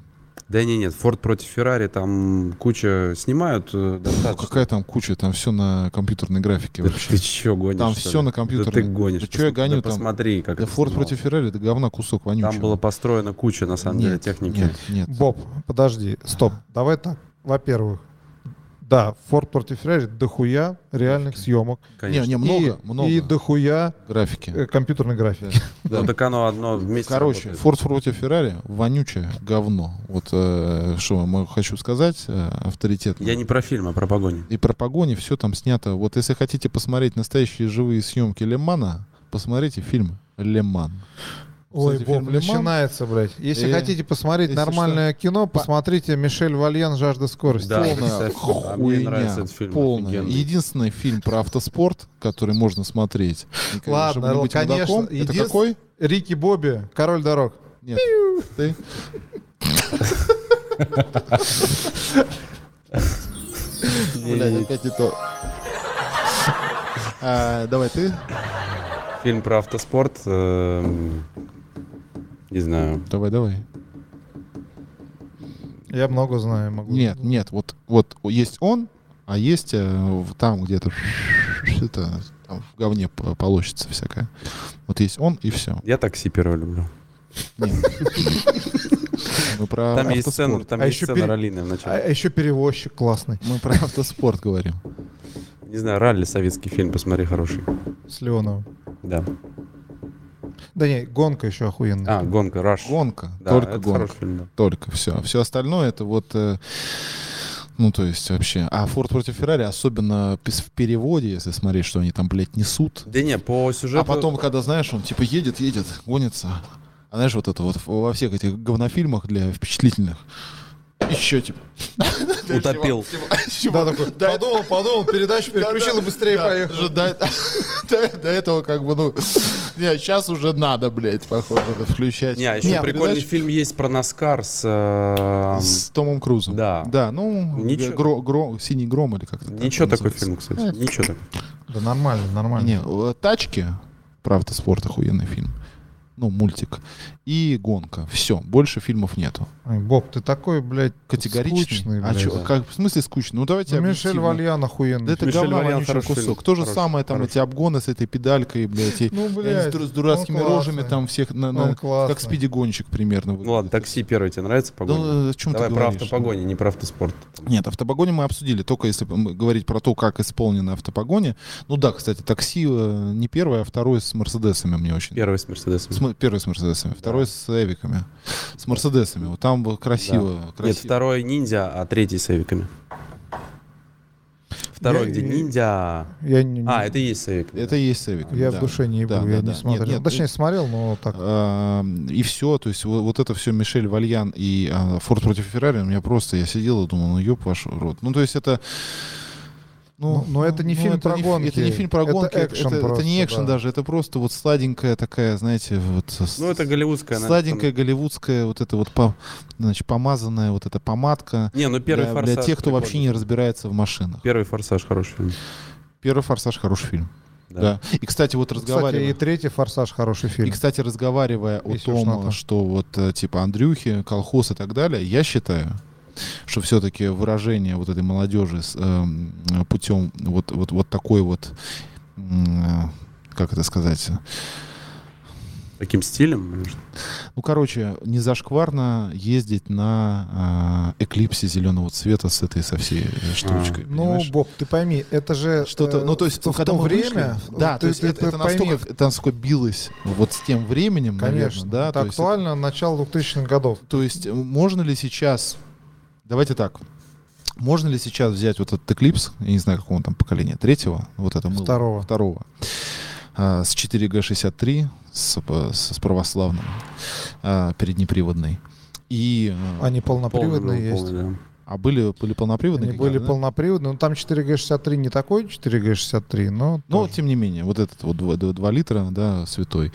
Да не, нет, Форд против Феррари, там куча снимают э, ну, достаточно. какая там куча, там все на компьютерной графике Да вообще. ты чё гонишь? Там что ли? всё на Да компьютере. ты гонишь. Да чё я Пос- гоню да там? Посмотри, как Да это Форд снималось. против Феррари, это говна кусок вонючий. Там была построена куча, на самом деле, техники. Э, Нет, нет. Боб, подожди, стоп. Давай так. Во-первых, да, Форд против Феррари дохуя реальных съемок. Конечно. Не, не, много, и, много И дохуя э, графики. компьютерной графики. Ну так оно одно вместе Короче, работает. Форд против Феррари вонючее говно. Вот э, что я могу- хочу сказать э, авторитетно. Я не про фильм, а про погоню. И про погони все там снято. Вот если хотите посмотреть настоящие живые съемки Лемана, посмотрите фильм Леман. Ой, Кстати, Боб, фильм «Лиман». начинается, блядь. Если И- хотите посмотреть если нормальное кино, По- посмотрите «Мишель Вальян. Жажда скорости». Да, полная кстати, а мне нравится этот хуйня. фильм, Полная. офигенный. Единственный фильм про автоспорт, который можно смотреть. И, конечно, Ладно, чтобы не быть конечно, мудаком, Это единственный- какой? Рики Бобби, «Король дорог». Нет. *laughs* Ты? Блядь, опять не то. А, Давай ты. Фильм про автоспорт. эм, Не знаю. Давай, давай. Я много знаю, могу. Нет, нет, вот, вот есть он, а есть э, в- там где-то это, там в говне п- полощется всякое. Вот есть он и все. Я такси первое люблю. *laughs* Мы про Там есть автоспорт. сцена, там А есть ещё сцена пере- раллийная в А, начале. а еще перевозчик классный Мы про автоспорт говорим. А- Не знаю, ралли советский фильм, посмотри, хороший. с Леоновым. Да. Да не, гонка еще охуенная. А, гонка, Раш. Гонка, Да, только это гонка. хороший фильм, да. только все. Все остальное это вот, э, ну то есть вообще. А Форд против Феррари, особенно пис- в переводе, если смотреть, что они там, блядь, несут. Да не, по сюжету... А потом, когда знаешь, он типа едет, едет, гонится. А знаешь, вот это вот во всех этих говнофильмах для впечатлительных. Еще *laughs* типа. Утопил. Да, такой, подумал, подумал, передачу переключил и быстрее поехал. Уже До, *laughs* до- до этого как бы, ну... Не, сейчас уже надо, блядь, походу, это включать. Не, еще Не, а прикольный передач- фильм есть про Наскар с... э, С Томом Крузом. Да. Да, ну, Ничего. гро- гро- синий гром или как-то. так Ничего такой называется. Э, фильм, кстати. Ничего такой. Да нормально, нормально. Не, э, тачки, правда, спорт охуенный фильм. Ну, мультик. И гонка. Все, больше фильмов нету. Ой, Боб, ты такой, блядь, Категоричный. скучный, а блядь. чё, как, в смысле скучный? Ну, давайте Ну, Мишель объективно. Вальян Да охуенный. это Мишель говна Вальян вонючий хороший кусок. фильм. То же Хороший, самое, там хороший. эти обгоны с этой педалькой, блядь, и Ну, Я не знаю, блядь, с, дур- с дурацкими он рожами классный. там всех на, на- Он классный. как спиди-гонщик примерно. Ну ладно, такси первый тебе нравится погоня? Да, о чем Давай Ну, ты про говоришь? ну. автопогони, не про автоспорт. Нет, автопогони мы обсудили, только если бы мы говорить про то, как исполнена автопогоня. Ну да, кстати, такси э, не первое, а второе с Мерседесами мне очень. Первый с Мерседесом. С м- первое с Мерседесами, второе с Эвиками. С Мерседесами. Вот там было красиво. красиво. Нет, второй ниндзя, а третий с эвиками. Второй, Я- где я- ниндзя. Я не- А, это и есть с эвиками. Это и есть с Эвиками. Я да. в душе не Да, был, да, я да. не Нет, смотрел. Ну, нет, Точнее, смотрел, но так. Эм, и все, то есть вот, вот это все Мишель Вальян и а, Форд против Феррари, у меня просто, я сидел и думал, ну ёб ваш рот. Ну то есть это... Ну, но это не фильм про фи- гонки. Это не фильм про Это гонки, это, экшен это- это просто, не экшен да. даже, это просто вот сладенькая такая, знаете, вот... с- Ну, это голливудская. наверное, Сладенькая голливудская вот эта вот по- значит, помазанная вот эта помадка там. Не, ну первый для, для форсаж. тех, кто прикольный. вообще не разбирается в машинах. Первый форсаж хороший фильм. Первый «Форсаж» хороший фильм. Да. Да. И, кстати, вот Кстати, разговаривая... и третий «Форсаж» хороший И, фильм. кстати, разговаривая о Если уж на том, то. что вот э, типа Андрюхи, колхоз и так далее, я считаю, что все-таки выражение вот этой молодежи с путем вот, вот, вот такой вот, м, э, как это сказать, Таким стилем. может. Ну, короче, не зашкварно ездить на а, эклипсе зеленого цвета с этой со всей э, А, штучкой. Ну, понимаешь? Боб, ты пойми, это же что-то, э, ну то есть, в когда то мы время, вышли, да, ты- то есть ты- это, ты это пойми, настолько, это настолько билось вот с тем временем, конечно, наверное, да, это то есть актуально начало 2000-х годов. то есть э, можно ли сейчас, давайте так, можно ли сейчас взять вот этот Эклипс, я не знаю, какого он там поколения, третьего, вот это мыло, Второго. второго а, с 4G63, с, п- с, с православным, а, переднеприводной, и, а, Они Полный, полноприводные есть. полный, да. а были, были полноприводные? Они какие-то, были да? полноприводные, но там 4G63 не такой 4G63, но... Но, тоже. Ну, тем не менее, вот этот вот 2, литра, да, святой.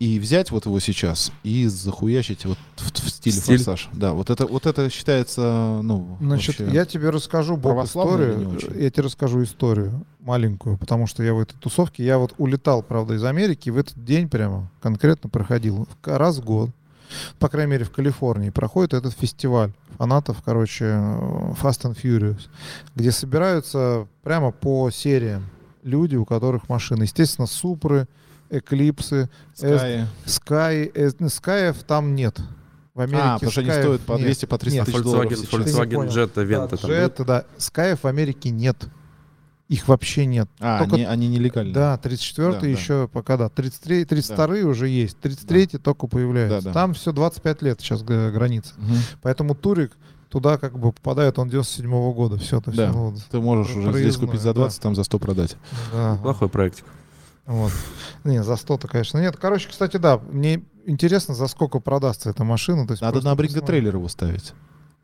И взять вот его сейчас и захуячить вот в, в стиле Стиль. форсаж. Да, вот это, вот это считается, ну, Значит, вообще- я тебе расскажу Боб, православный или не историю. очень? Я тебе расскажу историю маленькую, потому что я в этой тусовке, я вот улетал, правда, из Америки, в этот день прямо конкретно проходил в- раз в год, по крайней мере, в Калифорнии проходит этот фестиваль фанатов, короче, э, Fast and Furious, где собираются прямо по сериям люди, у которых машины. Естественно, Супры, Эклипсы, Sky. А, Скай, Скаев там нет. В Америке А, потому что они Sky'ев стоят по нет. 200 по 300 Нет. А тысяч долларов. Volkswagen, сейчас. Volkswagen понял. Jetta, Vento там. Джет, да. Скаев в Америке нет. Их вообще нет. А, Только- они, они нелегальные. Да, 34 Да, да. еще пока, да. 33, 32 уже есть. 33 только появляются. Да, да. Там все 25 лет сейчас г- граница. Мгм. Поэтому Турик туда как бы попадает, он 97 -го года. Все, это Да. все. ну, Вот, Ты можешь уже здесь Проездной, купить за 20, там за 100 продать. да. Плохой проектик. Вот. Не, за 100-то, конечно, нет. Короче, кстати, да, мне интересно, за сколько продастся эта машина. То есть Надо просто на бринга посмотреть. трейлер его ставить.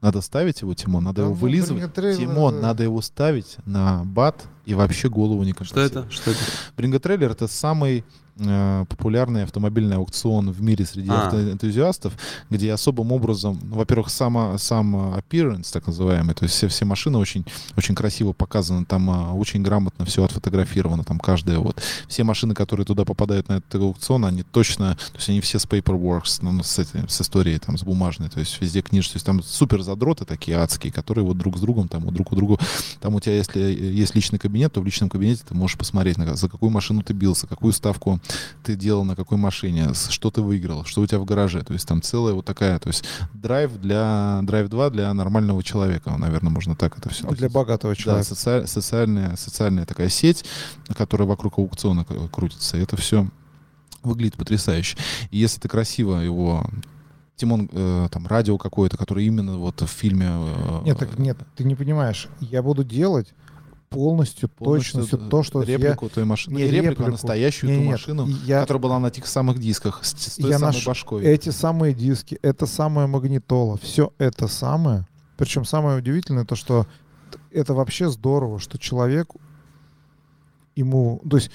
Надо ставить его, Тимон, надо Да его ну, вылизывать. бринга-трейлер, Тимон, да. надо его ставить на бат и вообще голову не Что это? Что это? Бринготрейлер — это самый э, популярный автомобильный аукцион в мире среди А. автоэнтузиастов, где особым образом, ну, во-первых, сама, сам э, appearance, так называемый, то есть все, все машины очень, очень красиво показаны, там э, очень грамотно все отфотографировано, там каждая вот. Все машины, которые туда попадают на этот аукцион, они точно, то есть они все с paperworks, ну, ну, с, этим, с историей, там, с бумажной, то есть везде книжки, то есть там супер задроты такие адские, которые вот друг с другом, там, вот друг у друга там у тебя, если есть личный кабинет, то в личном кабинете ты можешь посмотреть, на- за какую машину ты бился, какую ставку ты делал на какой машине, с- что ты выиграл, что у тебя в гараже. То есть там целая вот такая, то есть драйв для драйв 2 для нормального человека, наверное, можно так это все. Ну, Для богатого Да, человека. соци- социальная, социальная такая сеть, которая вокруг аукциона к- крутится. И Это все выглядит потрясающе. И если ты красиво его... Тимон, э, там, радио какое-то, которое именно вот в фильме... э, Нет, так нет, ты не понимаешь. Я буду делать полностью, полностью точностью то, что я реплику той машины. не Не реплику, а реплику. настоящую Не, ту нет, машину, и я- которая была на тех самых дисках с, с той Я самой наш- башкой. Эти самые диски, это самая магнитола, все это самое. Причем самое удивительное то, что т- это вообще здорово, что человек ему, то есть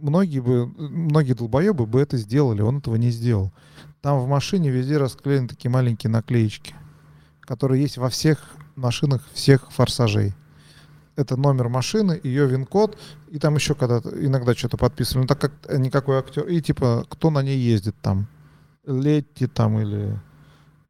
многие бы, многие долбоебы бы это сделали, он этого не сделал. Там в машине везде расклеены такие маленькие наклеечки, которые есть во всех машинах всех форсажей. Это номер машины, ее вин-код, и там еще когда-то иногда что-то подписывали, но так как никакой актер, и типа кто на ней ездит там. Летти там или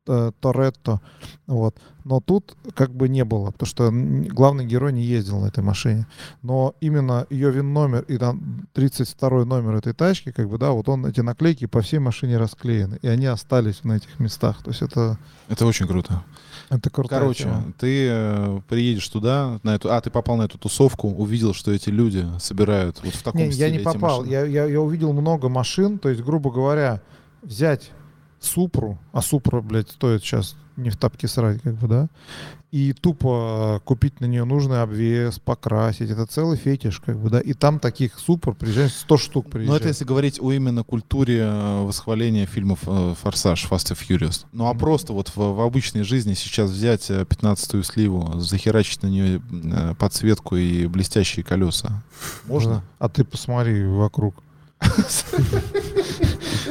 э, Торетто. Вот. Но тут как бы не было, потому что м, главный герой не ездил на этой машине. Но именно ее ВИН-номер и там 32 номер этой тачки, как бы, да, вот он, эти наклейки по всей машине расклеены, и они остались на этих местах. То есть это, Это очень круто. это крутая Короче, тема. ты э, приедешь туда, на эту, а ты попал на эту тусовку, увидел, что эти люди собирают вот в таком Не, стиле я не эти попал. машины. Я, я, я увидел много машин. То есть, грубо говоря, взять Супру, а Супра, блядь, стоит сейчас не в тапке срать, как бы, да, и тупо э, купить на нее нужный обвес, покрасить. Это целый фетиш, как бы, да. И там таких Супр приезжает 100 штук Но приезжает. Ну, это если говорить о именно культуре э, восхваления фильмов э, «Форсаж», «Fast and Furious». Ну а Мгм. просто вот в, в обычной жизни сейчас взять э, 15-ю сливу, захерачить на нее э, подсветку и блестящие колеса. Можно? А ты посмотри *laughs* вокруг.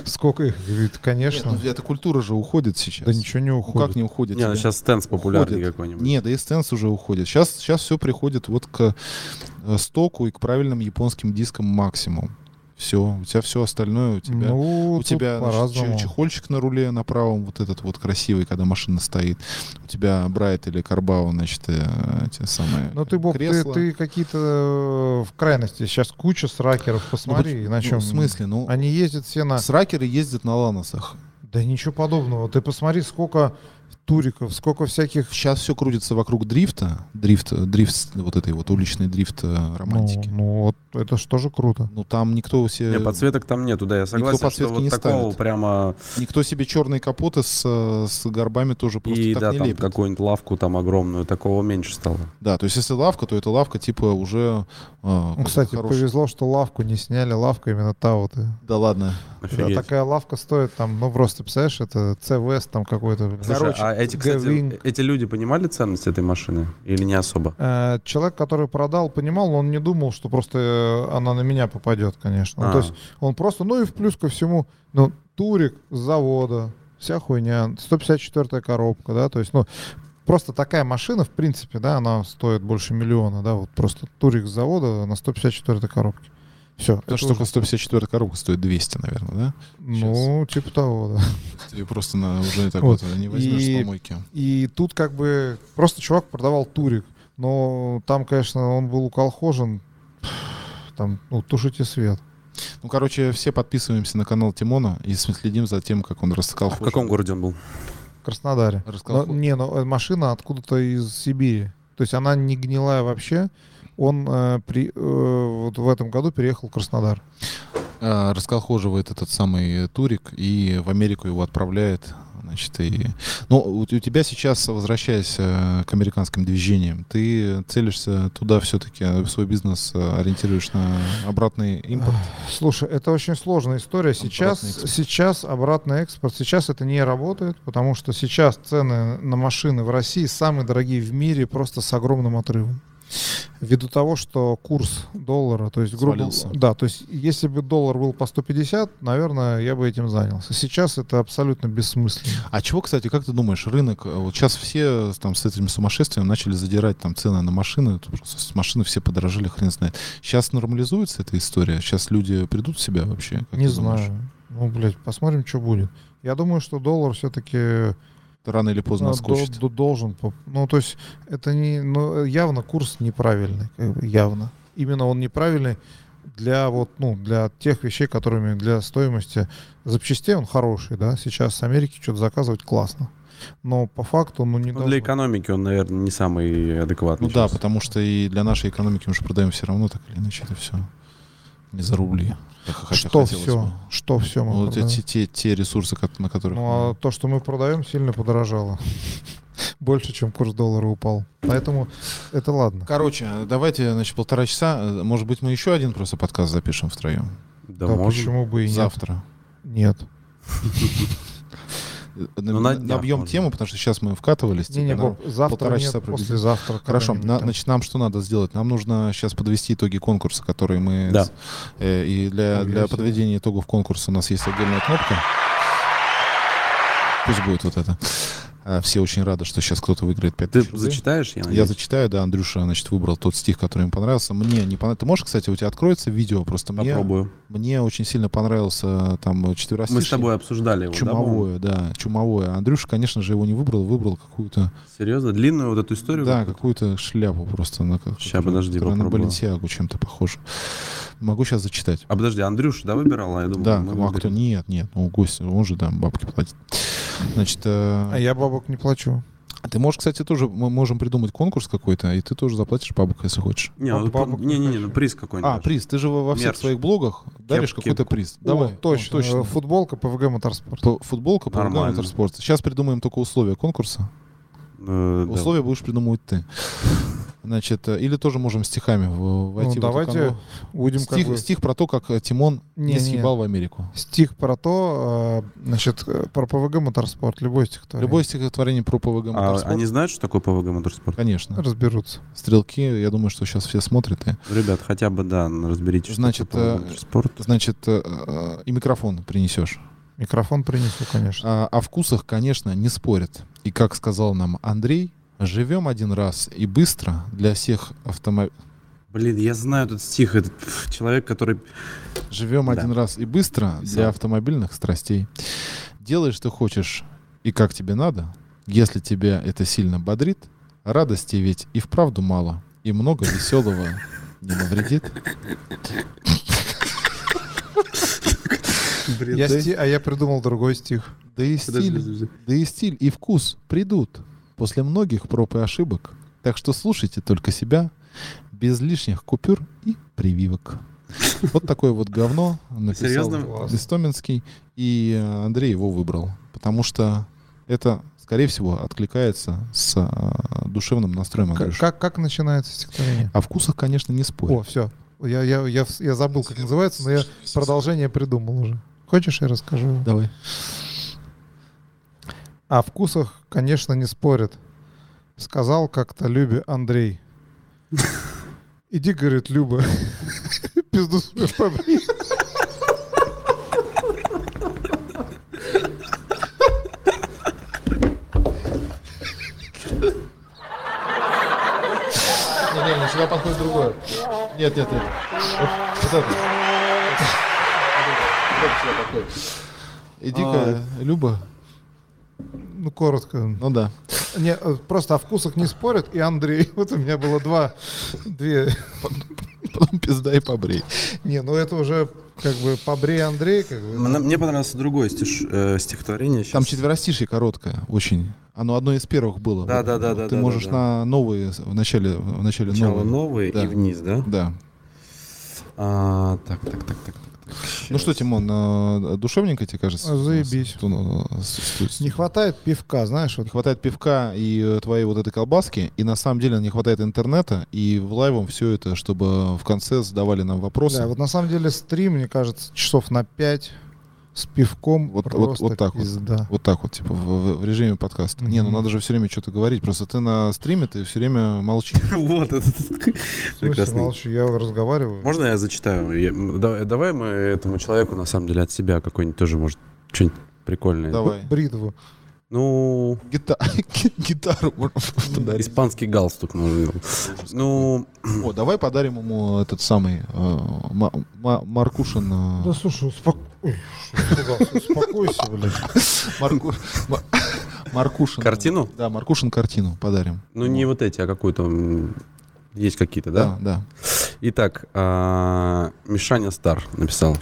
Сколько их? Говорит, конечно. Нет, ну, эта культура же уходит сейчас. Да ничего не Ну, уходит. как не уходит? Не, тебе? сейчас стенс популярный Уходит. какой-нибудь. Не, да и стенс уже уходит. Сейчас, сейчас все приходит вот к э, стоку и к правильным японским дискам максимум. Все, у тебя все остальное, у тебя... Ну, у тут тебя значит, по-разному. че- чехольчик на руле на правом, вот этот вот красивый, когда машина стоит. У тебя Брайт или Карбау, значит, э, те самые Ну ты, Боб, ты, кресла. ты какие-то э, в крайности. Сейчас куча сракеров, Ну, посмотри, вот, на ну, чем. в смысле? Ну, Они ездят все на... сракеры ездят на ланосах. Да ничего подобного. Ты посмотри, сколько туриков, сколько всяких... Сейчас все крутится вокруг дрифта, дрифт, э, дрифт с- вот этой вот уличной дрифт э, Ну, романтики. Ну, ну, вот это же тоже круто. там никто себе, Не, подсветок там нету, да, я согласен, что э, подсветки вот не такого ставит. прямо... никто себе черные капоты с, э, с горбами тоже просто и так да, не там лепит. какую-нибудь лавку там огромную, такого меньше стало. Да, то есть если лавка, то это лавка типа уже... э, Ну, кстати, хорошая. повезло, что лавку не сняли. Лавка именно та вот. э. Да ладно. Да, Офигеть. такая лавка стоит там, ну просто, представляешь, это CVS там какой-то. блин. Слушай, а эти, кстати, Гэвинг. эти люди понимали ценность этой машины или не особо? Э, Человек, который продал, понимал, он не думал, что просто э, она на меня попадет, конечно. Ну, А. То есть он просто, ну и в плюс ко всему, ну, турик с завода, вся хуйня, 154-я коробка, да, то есть, ну, просто такая машина, в принципе, да, она стоит больше миллиона, да, вот просто турик с завода на 154-й коробке. Все. Потому А что только 154 коробка стоит 200, наверное, Ну, типа того, да. да? Тебе просто на, уже так Вот. вот, не возьмешь И- с помойки. И тут как бы просто чувак продавал турик. Но там, конечно, он был уколхожен. Там, ну, тушите свет. Ну, короче, все подписываемся на канал Тимона и следим за тем, как он рассказал. А В каком городе он был? В Краснодаре. Но, Расколхоз. не, ну, э, машина откуда-то из Сибири. То есть она не гнилая вообще. Он э, при, э, вот в этом году переехал в Краснодар. А, расколхоживает этот самый э, турик и в Америку его отправляет. Значит, и... Ну, у, у тебя сейчас, возвращаясь э, к американским движениям, ты целишься туда все-таки, свой бизнес э, ориентируешь на обратный импорт? Слушай, это очень сложная история. Сейчас, Обратный экспорт. сейчас обратный экспорт. Сейчас это не работает, потому что сейчас цены на машины в России самые дорогие в мире, просто с огромным отрывом. Ввиду того, что курс доллара, то есть грубо, Свалился. да, то есть если бы доллар был по 150, наверное, я бы этим занялся. Сейчас это абсолютно бессмысленно. А чего, кстати, как ты думаешь, рынок, э, вот сейчас все э, там с этим сумасшествием начали задирать там цены на машины, тут просто с машины все подорожали, хрен знает. Сейчас нормализуется эта история? Сейчас люди придут в себя вообще? Как не ты думаешь? знаю. Ну, блядь, посмотрим, что будет. Я думаю, что доллар все-таки Рано или поздно Ну, отскочит. до- до- должен. поп- Ну, то есть, это не. Ну, явно курс неправильный, как бы, явно. Именно он неправильный для вот, ну, для тех вещей, которыми для стоимости запчастей он хороший, да. Сейчас с Америки что-то заказывать классно. Но по факту, ну, не Ну, для должно. экономики он, наверное, не самый адекватный. Ну да, сейчас. потому что и для нашей экономики мы же продаем все равно, так или иначе, это все не за рубли. как- хотя Что хотелось бы. все? Что все мы Вот продаем? эти те, те ресурсы, кот- на которых... Ну, а мы- то, что мы продаем, сильно подорожало. *laughs* Больше, чем курс доллара упал. Поэтому это ладно. Короче, э, давайте, значит, полтора часа. Э, Может быть, мы еще один просто подкаст запишем втроем. Да, Да, можно. А почему бы и нет? Завтра. Нет. Э, Ну, на на- днях Набьем можно. тему, потому что сейчас мы вкатывались. Не, не, типа, нам- Боб, завтра полтора нет, часа приблизительно. послезавтра. Хорошо, когда-нибудь на- там. значит, нам что надо сделать? Нам нужно сейчас подвести итоги конкурса, который мы... Да. с- э, и для, для подведения итогов конкурса у нас есть отдельная кнопка. Пусть будет вот это. А, Все очень рады, что сейчас кто-то выиграет 5 Ты а тысяч рублей. зачитаешь, я Я надеюсь? зачитаю, да, Андрюша, значит, выбрал тот стих, который ему понравился. Мне не понравился. Ты можешь, кстати, у тебя откроется видео, просто мне, Попробую. мне очень сильно понравился там четверостишье. Мы с тобой обсуждали его, да, по-моему? Чумовое, да, чумовое. Андрюша, конечно же, его не выбрал, выбрал какую-то... Серьезно? Длинную вот эту историю? Да, какую-то шляпу просто. На, ко- Ща, подожди, которая на попробую. Balenciaga чем-то похожа. Могу сейчас зачитать. А подожди, Андрюша, да, выбирала? Я думал, да, мы ну, а кто? выберем. Нет, нет, ну гость, он же там бабки платит. Значит, э, А я бабок не плачу. ты можешь, кстати, тоже, мы можем придумать конкурс какой-то, и ты тоже заплатишь бабок, если хочешь. Не, Баб- ну, бабок не, не, не, хочу. ну приз какой-нибудь. А, даже. приз, ты же во во всех Мерч. своих блогах даришь Кепки. какой-то приз. Давай, О, точно. о, э, Футболка ПВГ Моторспорт. Ну, П- Футболка по Нормально. Моторспорта. Сейчас придумаем только условия конкурса. Э, да. Условия будешь придумывать ты. Значит, э, или тоже можем стихами в- войти Ну, в эту канву. давайте будем как стих, бы- стих про то, как э, Тимон не, Не-не. съебал в Америку. Стих про то, э, значит, э, про ПВГ Моторспорт. Любой стих. Любое стихотворение про ПВГ А Моторспорт, они знают, что такое ПВГ Э, Моторспорт? конечно. разберутся. Стрелки, я думаю, что сейчас все смотрят. И... Ребят, хотя бы, да, ну, разберитесь, что Значит, такое э, ПВГ Моторспорт. Значит, э, э, и микрофон принесешь. Микрофон принесу, конечно. А, о вкусах, конечно, не спорят. И как сказал нам Андрей, живем один раз и быстро для всех автомобилей. Блин, я знаю этот стих, этот пф, человек, *laughs* который... Живем Да. один раз и быстро Всё. для автомобильных страстей. Делай, что хочешь и как тебе надо. Если тебя это сильно бодрит, радости ведь и вправду мало. И много веселого не навредит. Бред, Я да? сти- А я придумал другой стих. Да и Подожди, стиль, подожди, подожди. да и стиль, и вкус придут после многих проб и ошибок. Так что слушайте только себя, без лишних купюр и прививок. Вот такое вот говно написал Серьезно? Класс. Истоминский, и э, Андрей его выбрал, потому что это, скорее всего, откликается с э, душевным настроем Как, Андрюши. как, как начинается стихотворение? О вкусах, конечно, не спорь. О, все. Я, я, я, в- я забыл, как называется, но я продолжение придумал уже. Хочешь, я расскажу? его? Давай. О вкусах, конечно, не спорят. Сказал как-то Любе Андрей. Иди, говорит, Люба, *laughs* пизду свою побри. Не, не, сюда подходит другое. Нет, нет, нет. Вот, вот это. А. Иди-ка, Люба. Ну, коротко. Ну да. *laughs* Не, э, просто о вкусах не спорят и Андрей. *laughs* Вот у меня было два, две. Потом пизда и побрей. Не, ну это уже как бы побрей Андрей, как бы. Мне мне понравился другое стиш- э, стихотворение. Там щас. четверостишье короткое очень. Оно одно из первых было. Да, да, да, да, Ты да, можешь да, на новые, в начале, в начале Сначала новые новые. Да. и вниз, да? Да. А, так, так, так, так, так. так, Ну щас. что, Тимон, э, душевненько тебе кажется? А, заебись. Ну, э, с- с- Не хватает пивка, знаешь, вот не хватает пивка и э, твоей вот этой колбаски, и на самом деле не хватает интернета, и в лайвом все это, чтобы в конце задавали нам вопросы. Да, вот на самом деле стрим, мне кажется, часов на 5 с пивком Вот- вот- просто вот так вот. пизда. Ну, Вот так вот, типа, в, в- в режиме подкаста. Не, ну Мгм. надо же все время что-то говорить. Просто ты на стриме, ты все *laughs* время молчишь. *laughs* Вот этот В смысле, прекрасный. молчу, я разговариваю. Можно я зачитаю? Я- м, да- Давай мы этому человеку, на самом деле, от себя какой-нибудь тоже, может, что-нибудь прикольное. Давай. Бритву. Ну, Гита- *laughs* Гитару можно подарить. испанский галстук нужен. Ну, О, давай подарим ему этот самый э, Ма- Ма- Маркушин. э, Да слушай, успокойся, *laughs* успокойся, блядь. Марку- Ма- *laughs* Маркушин. Картину? Да, Маркушин картину подарим. ну не вот эти, а какую-то... м, Есть какие-то, да? Да, да. Итак, а, Мишаня Стар написал.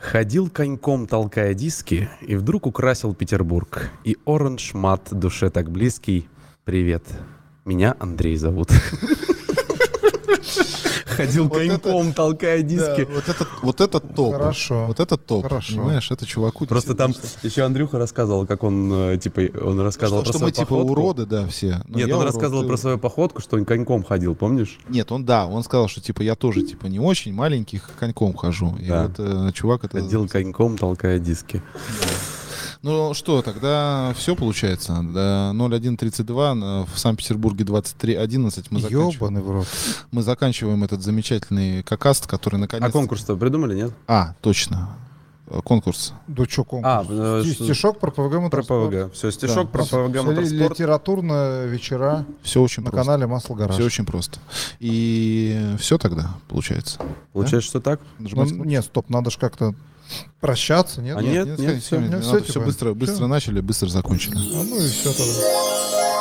Ходил коньком, толкая диски, и вдруг украсил Петербург. И оранж мат душе так близкий. Привет. Меня Андрей зовут. Ходил Вот это- коньком, толкая Да, диски. вот это, вот это топ. Хорошо. Вот это топ. Хорошо. Понимаешь, это чуваку. типа Просто там еще Андрюха рассказывал, как он, э, типа, он рассказывал что, про что свою мы типа походку. уроды, да, все. Но Нет, Ну, я он урод, рассказывал ты про урод. свою походку, что он коньком ходил, помнишь? Нет, он да, он сказал, что типа я тоже типа не очень маленький коньком хожу. И Да. вот э, чувак это. Ходил коньком, толкая диски. Ну что, тогда все получается. Да, 0132 на- э, в Санкт-Петербурге 2311 мы заканчиваем, Ёбаный в рот. мы заканчиваем этот замечательный какаст, который наконец. А конкурс-то придумали, нет? А, точно. Э, Конкурс. Да чё, ком? А, э, Сти- что- Стишок про ПВГ Про моторспорт. ПВГ. Все, стишок про Всё, ПВГ всё, Моторспорт. Литературно вечера Все очень на просто. канале Масло Гараж. Все очень просто. И все тогда получается. Получается, что так? Ну, Нажимать кнопку? нет, стоп, надо же как-то прощаться, нет? А нет, нет, всё, всё, не всё, надо, типа, всё быстро, быстро ну всё. начали, быстро закончили. А, Ну и все тогда.